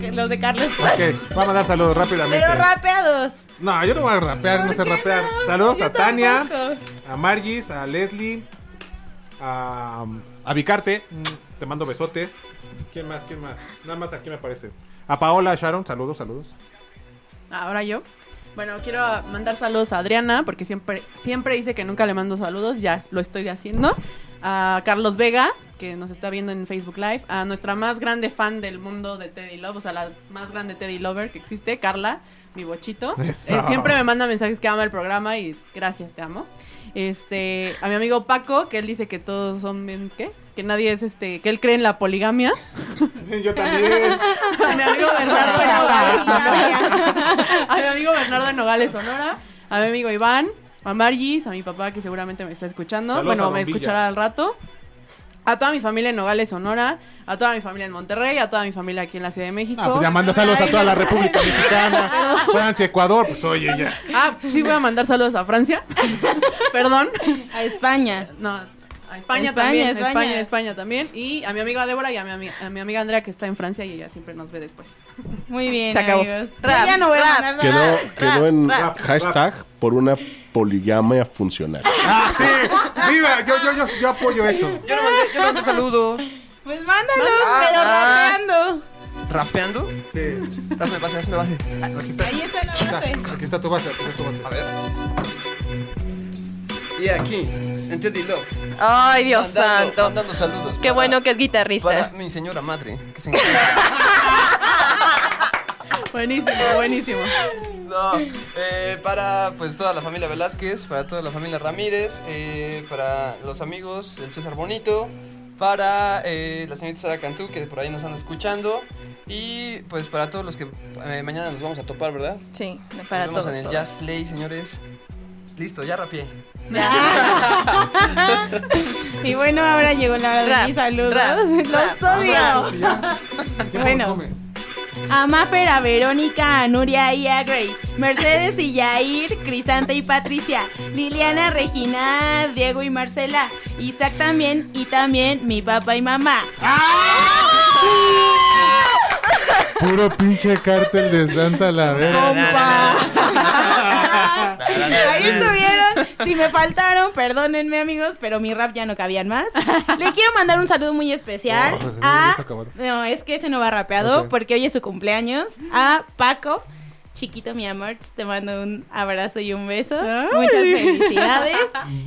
A: los, los de Carlos.
C: Ok, va a mandar saludos rápidamente.
A: Pero rapeados.
C: no, yo no voy a rapear, no sé rapear. Saludos
A: Yo
C: a Tania,
A: tampoco.
C: a Margis, a Leslie, a, a Vicarte. Mm, Te mando besotes. ¿Quién más? ¿Quién más? Nada más aquí me aparece. A Paola, Sharon, saludos, saludos.
D: Ahora yo. Bueno, quiero mandar saludos a Adriana, porque siempre, siempre dice que nunca le mando saludos, ya lo estoy haciendo. A Carlos Vega, que nos está viendo en Facebook Live. A nuestra más grande fan del mundo de Teddy Love, o sea, la más grande Teddy Lover que existe, Carla, mi bochito.
C: Eso.
D: Eh, siempre me manda mensajes que ama el programa y gracias, te amo. Este, a mi amigo Paco, que él dice que todos son bien, ¿qué? Que nadie es este, que él cree en la poligamia.
C: Yo también.
D: A mi amigo Bernardo Nogales, Sonora. A mi amigo Bernardo de Nogales, Sonora. A mi amigo Iván. A Margis. A mi papá que seguramente me está escuchando.
C: Saludos a
D: bueno,
C: Don
D: me
C: Villa.
D: escuchará al rato. A toda mi familia en Nogales, Sonora. A toda mi familia en Monterrey. A toda mi familia aquí en la Ciudad de México.
C: Ah, pues ya manda saludos a toda la República Mexicana, Francia, Ecuador. Pues oye, ya.
D: Ah, sí, voy a mandar saludos a Francia. Perdón.
A: A España.
D: No. A España,
A: España,
D: también,
A: España.
D: España. España, también. Y a mi amiga Débora y a mi, ami- a mi amiga Andrea que está en Francia y ella siempre nos ve después.
A: Muy bien,
D: Se acabó.
A: amigos. Yo
F: Rap,
A: ya no voy a
F: rap,
A: mandar
G: Quedó,
A: nada.
G: quedó en
C: rap,
G: hashtag por una poligamia funcional.
C: Ah, sí. Viva, yo, yo, yo, yo apoyo eso.
E: Yo no mandé, yo no mandé saludos.
A: Pues mándalo,
E: Ah,
A: pero
E: ah.
A: rapeando.
E: ¿Rapeando?
C: Sí.
E: Hazme base, hazme base. Aquí está.
A: Ahí está la base.
C: Aquí está tu base, aquí está tu base.
E: A ver. Y aquí, en Teddy Love.
F: Ay, Dios
E: mandando-
F: santo.
E: mandando saludos.
F: Qué
E: para-
F: bueno que es
E: Para
F: guitarrista.
E: mi señora madre, que se encuentra.
D: Buenísimo, buenísimo.
E: No, eh, para pues toda la familia Velázquez, para toda la familia Ramírez, eh, para los amigos, el César Bonito, para eh, la señorita Sara Cantú, que por ahí nos anda escuchando, y pues para todos los que eh, mañana nos vamos a topar, ¿verdad?
F: Sí, para
E: nos vemos
F: todos.
E: en el
F: todos.
E: Jazz Lay, señores. Listo, ya rapié.
A: Y bueno, ahora llegó la hora de
F: Rap,
A: mis saludos.
F: rap,
A: Los
F: rap,
A: odio. Bueno. A Mafer, a Verónica, a Nuria y a Grace, Mercedes y Yair, Crisanta y Patricia, Liliana, Regina, Diego y Marcela, Isaac también y también mi papá y mamá.
C: Puro pinche cártel de Santa la verga.
A: ¡Compa! Ahí estuvieron. Si me faltaron, perdónenme, amigos, pero mi rap ya no cabían más. Le quiero mandar un saludo muy especial
C: Oh,
A: a.
C: está acabado.
A: No, es que ese no va rapeado
C: Ok.
A: porque hoy es su cumpleaños. A Paco. Chiquito, mi amor, te mando un abrazo y un beso. Muchas felicidades.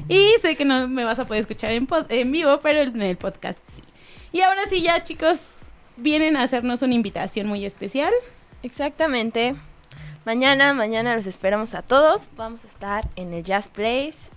A: Y sé que no me vas a poder escuchar en, pod- en vivo, pero en el podcast sí. Y ahora sí, ya chicos, vienen a hacernos una invitación muy especial.
F: Exactamente. Mañana, mañana los esperamos a todos. Vamos a estar en el Jazz Place.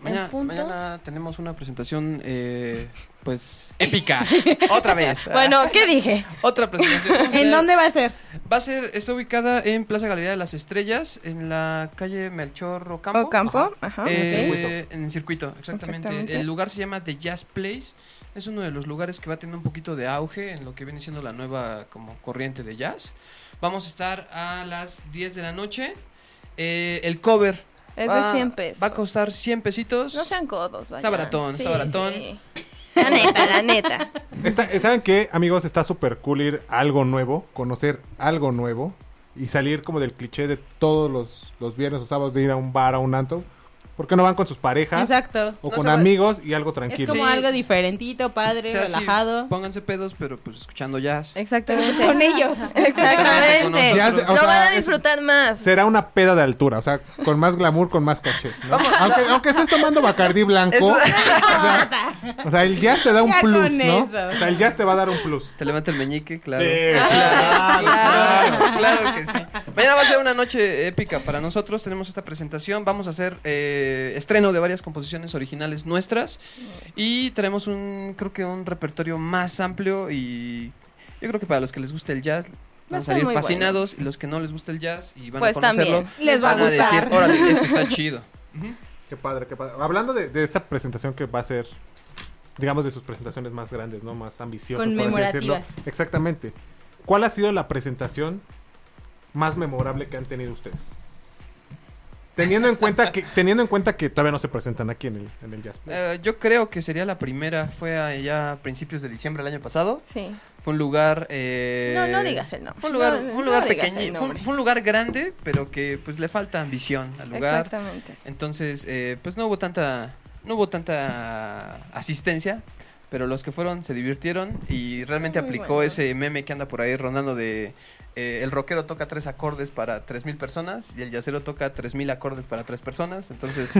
E: Mañana,
F: punto.
E: mañana tenemos una presentación, eh, pues, épica. Otra vez.
F: Bueno, ¿qué dije?
E: Otra presentación.
A: ¿En dónde va a ser?
E: Va a ser, está ubicada en Plaza Galería de las Estrellas, en la calle Melchor Ocampo.
F: Ocampo, Ah, ajá.
E: Eh, En el circuito, exactamente.
F: Exactamente.
E: El lugar se llama The Jazz Place. Es uno de los lugares que va a tener un poquito de auge en lo que viene siendo la nueva como corriente de jazz. Vamos a estar a las 10 de la noche. Eh, el cover.
F: Es de
E: va-
F: 100 pesos.
E: Va a costar 100 pesitos.
F: No sean codos, vaya.
E: Está baratón, está baratón.
F: sí. La neta, la neta.
C: Está- ¿Saben qué, amigos? Está súper cool ir a algo nuevo, conocer algo nuevo y salir como del cliché de todos los, los viernes o sábados de ir a un bar, a un antro. ¿Por qué no van con sus parejas?
A: Exacto.
C: O
E: No
C: con
E: se va-
C: amigos y algo
A: Es
C: tranquilo.
A: como
E: Sí.
A: algo diferententito, padre,
E: O sea, sí,
A: relajado.
E: pónganse pedos, pero pues escuchando jazz.
F: Exactamente.
A: Con ellos.
F: Exactamente.
E: Ya
C: se- o
F: Lo
C: sea,
F: van a
C: es-
F: disfrutar más.
C: Será una peda de altura, o sea, con más glamour, con más caché. ¿no? aunque, aunque estés tomando Bacardí blanco, o, sea, o sea, el jazz te da un
A: Ya
C: plus,
A: con
C: ¿no?
A: eso.
C: O sea, el jazz te va a dar un plus.
E: Te levanta el meñique, claro. Ah,
C: Sí.
E: Claro, claro que sí. Mañana va a ser una noche épica para nosotros. Tenemos esta presentación. Vamos a hacer eh, estreno de varias composiciones originales nuestras. Y traemos un, creo que un repertorio más amplio. Y yo creo que para los que les guste el jazz.
F: Va a
E: Van a
F: estar
E: salir
F: muy
E: fascinados y los que no les gusta el jazz y van
F: Pues
E: a conocerlo,
F: también.
A: Les va a
E: van a
A: gustar.
E: decir, órale, esto está chido.
C: Qué padre, qué padre. Hablando de, de esta presentación que va a ser, digamos, de sus presentaciones más grandes, ¿no? Más ambiciosas, por así decirlo.
A: Conmemorativas.
C: Exactamente. ¿Cuál ha sido la presentación más memorable que han tenido ustedes? Teniendo en cuenta que, teniendo en cuenta que todavía no se presentan aquí en el, en el Jazz Play.
E: Eh, yo creo que sería la primera, fue allá a principios de diciembre del año pasado.
F: Sí.
E: Fue un lugar. eh,
F: No, no digas el nombre.
E: Fue un lugar,
F: No,
E: un lugar
F: no digas el
E: pequeñi- fue, un-
F: nombre.
E: fue un lugar grande, pero que pues le falta ambición al lugar.
F: Exactamente.
E: Entonces, eh, pues no hubo tanta No hubo tanta asistencia, pero los que fueron se divirtieron y realmente
F: Muy
E: aplicó
F: bueno.
E: ese meme que anda por ahí rondando de eh, el rockero toca tres acordes para tres mil personas y el yacero toca tres mil acordes para tres personas. Entonces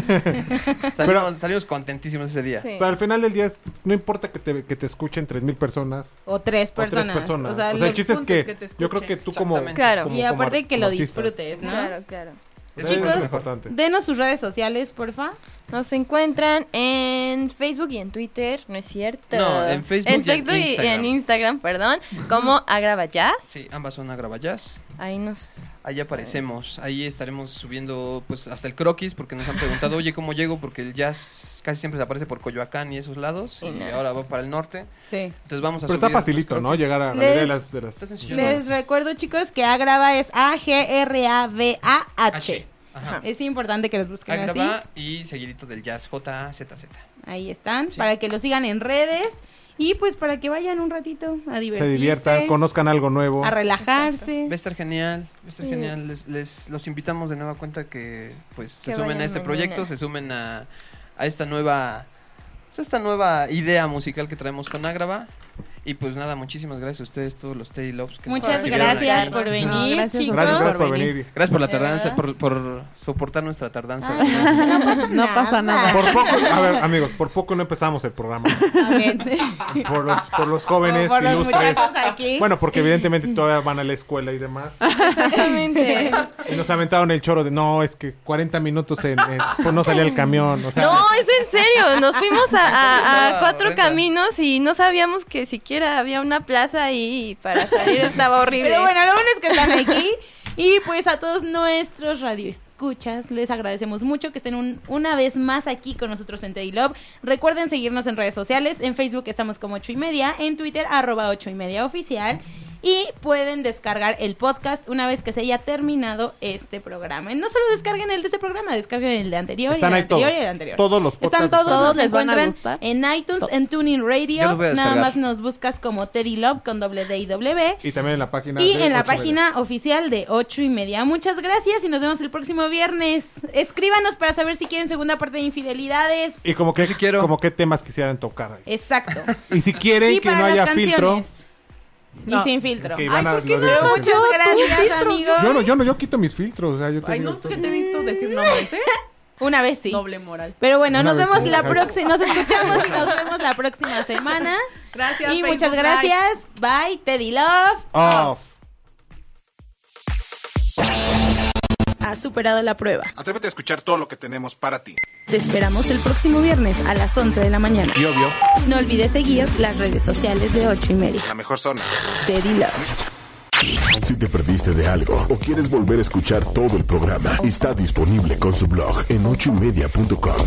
E: salimos, salimos contentísimos ese día.
F: Sí.
C: Pero al final del día, no importa que te, que te escuchen 33.000 personas
A: O tres
C: o tres
A: personas.
C: personas.
A: O sea, lo-
C: el chiste es
D: punto
C: que,
D: es que te
C: yo creo
D: escuchen.
C: que tú como.
E: Exactamente.
F: Claro.
C: como-
A: y
C: como
A: aparte
C: ar-
A: que
C: como
A: lo
C: artistas.
A: disfrutes, ¿no?
F: Claro, claro.
E: Es
C: Eso es lo
A: Chicos,
C: importante.
A: Denos sus redes sociales, porfa.
F: Nos encuentran en Facebook y en Twitter, ¿no es cierto?
E: No, en Facebook
F: En
E: y en
F: Facebook y
E: Instagram.
F: en Instagram, perdón, como Agrava Jazz.
E: Sí, ambas son agraballás.
F: Ahí nos...
E: Ahí aparecemos, ahí estaremos subiendo pues hasta el croquis porque nos han preguntado, oye, ¿cómo llego? Porque el jazz casi siempre se aparece por Coyoacán y esos lados
F: Y
E: y,
F: nada.
E: ahora va para el norte.
A: Sí.
E: Entonces vamos a
C: Pero
E: subir
C: está facilito,
E: los
C: ¿no? Llegar a la
A: Les-
C: mayoría de las. de las-
E: Está sencillo.
A: Les recuerdo, chicos, que Agrava es A-G-R-A-V-A-H.
E: H. Ajá.
A: Es importante que los busquen así.
E: Agrava y seguidito del jazz J-A-Z-Z.
A: Ahí están,
E: Sí.
A: para que los sigan en redes y pues para que vayan un ratito a divertirse.
C: se diviertan, conozcan algo nuevo.
A: a relajarse.
E: Va a estar genial, va a estar
F: Sí.
E: genial. Les, les- los invitamos de nueva cuenta que pues se
F: Que
E: sumen
F: vayan
E: a este
F: mañana.
E: proyecto, se sumen a, a esta nueva pues, a esta nueva idea musical que traemos con Agrava. Y pues nada, muchísimas gracias a ustedes, todos los Teddy Loves que nos
A: Muchas
E: recibieron aquí.
A: gracias por venir,
D: No, gracias
A: chicos.
C: Gracias, gracias
D: Por
C: por
D: venir.
C: venir.
E: Gracias por la
F: ¿De
E: tardanza,
F: verdad? Ah.
E: por, por soportar nuestra tardanza.
A: Ay, no, Ah, no pasa
D: No
A: nada.
D: pasa nada.
C: Por poco, a ver, amigos, por poco no empezamos el programa.
A: También.
C: Por los, por los jóvenes
A: Por los
C: ilustres.
A: muchachos aquí.
C: Bueno, porque evidentemente todavía van a la escuela y demás.
F: Exactamente.
C: Y nos aventaron el choro de no, es que 40 minutos en, en- pues no salía el camión. O sea,
F: No, es en serio. Nos fuimos a, a- a
E: Estaba
F: cuatro
E: horrenda.
F: caminos y no sabíamos que siquiera había una plaza ahí y para salir estaba horrible.
A: Pero bueno, lo bueno es que están aquí. Y pues a todos nuestros radioescuchas, les agradecemos mucho que estén un- una vez más aquí con nosotros en Teddy Love. Recuerden seguirnos en redes sociales. En Facebook estamos como 8 y media, en Twitter arroba 8 y media oficial. Y pueden descargar el podcast una vez que se haya terminado este programa. Y No solo descarguen el de este programa, descarguen el de anterior,
C: Están
A: y el
C: ahí todos.
A: anterior y el anterior.
C: Todos los podcasts
A: Están todos,
C: están ahí.
A: nos
D: les van a
A: encuentran
D: gustar.
A: en iTunes, en Tuning
E: Yo
A: Radio.
E: los voy a
A: Nada
E: descargar.
A: más nos buscas como Teddy Love con doble D y W.
C: Y también en la página.
A: Y
C: de
A: en la
C: Ocho Media.
A: página oficial de 8 y media. Muchas gracias y nos vemos el próximo viernes. Escríbanos para saber si quieren segunda parte de infidelidades.
C: Y como que,
E: Yo sí quiero.
C: como qué temas quisieran tocar ahí.
A: Exacto.
C: Y si quieren
A: y
C: que no
A: para
C: haya
A: las
C: filtro.
A: canciones.
D: No.
A: Y sin filtro.
C: que van a- lo de-
A: Pero muchas gracias, amigos.
C: Yo no, yo no, yo quito mis filtros. O sea, yo te
D: Ay,
C: digo
D: no,
C: todo.
D: que te he visto decir nombres, ¿eh?
A: Una vez sí.
D: Doble moral.
A: Pero bueno,
C: Una
A: nos
C: vez
A: vemos
C: sí.
A: la próxima. Nos escuchamos y nos vemos la próxima semana.
D: Gracias.
A: Y
D: Facebook
A: muchas
D: Live.
A: gracias. Bye, Teddy Love.
C: Off.
A: Has superado la prueba.
B: Atrévete a escuchar todo lo que tenemos para ti.
A: Te esperamos el próximo viernes a las 11 de la mañana.
C: Y obvio.
A: No olvides seguir las redes sociales de 8 y media.
B: La mejor zona.
A: Teddy Love.
H: Si te perdiste de algo o quieres volver a escuchar todo el programa, está disponible con su blog en ochoymedia.com.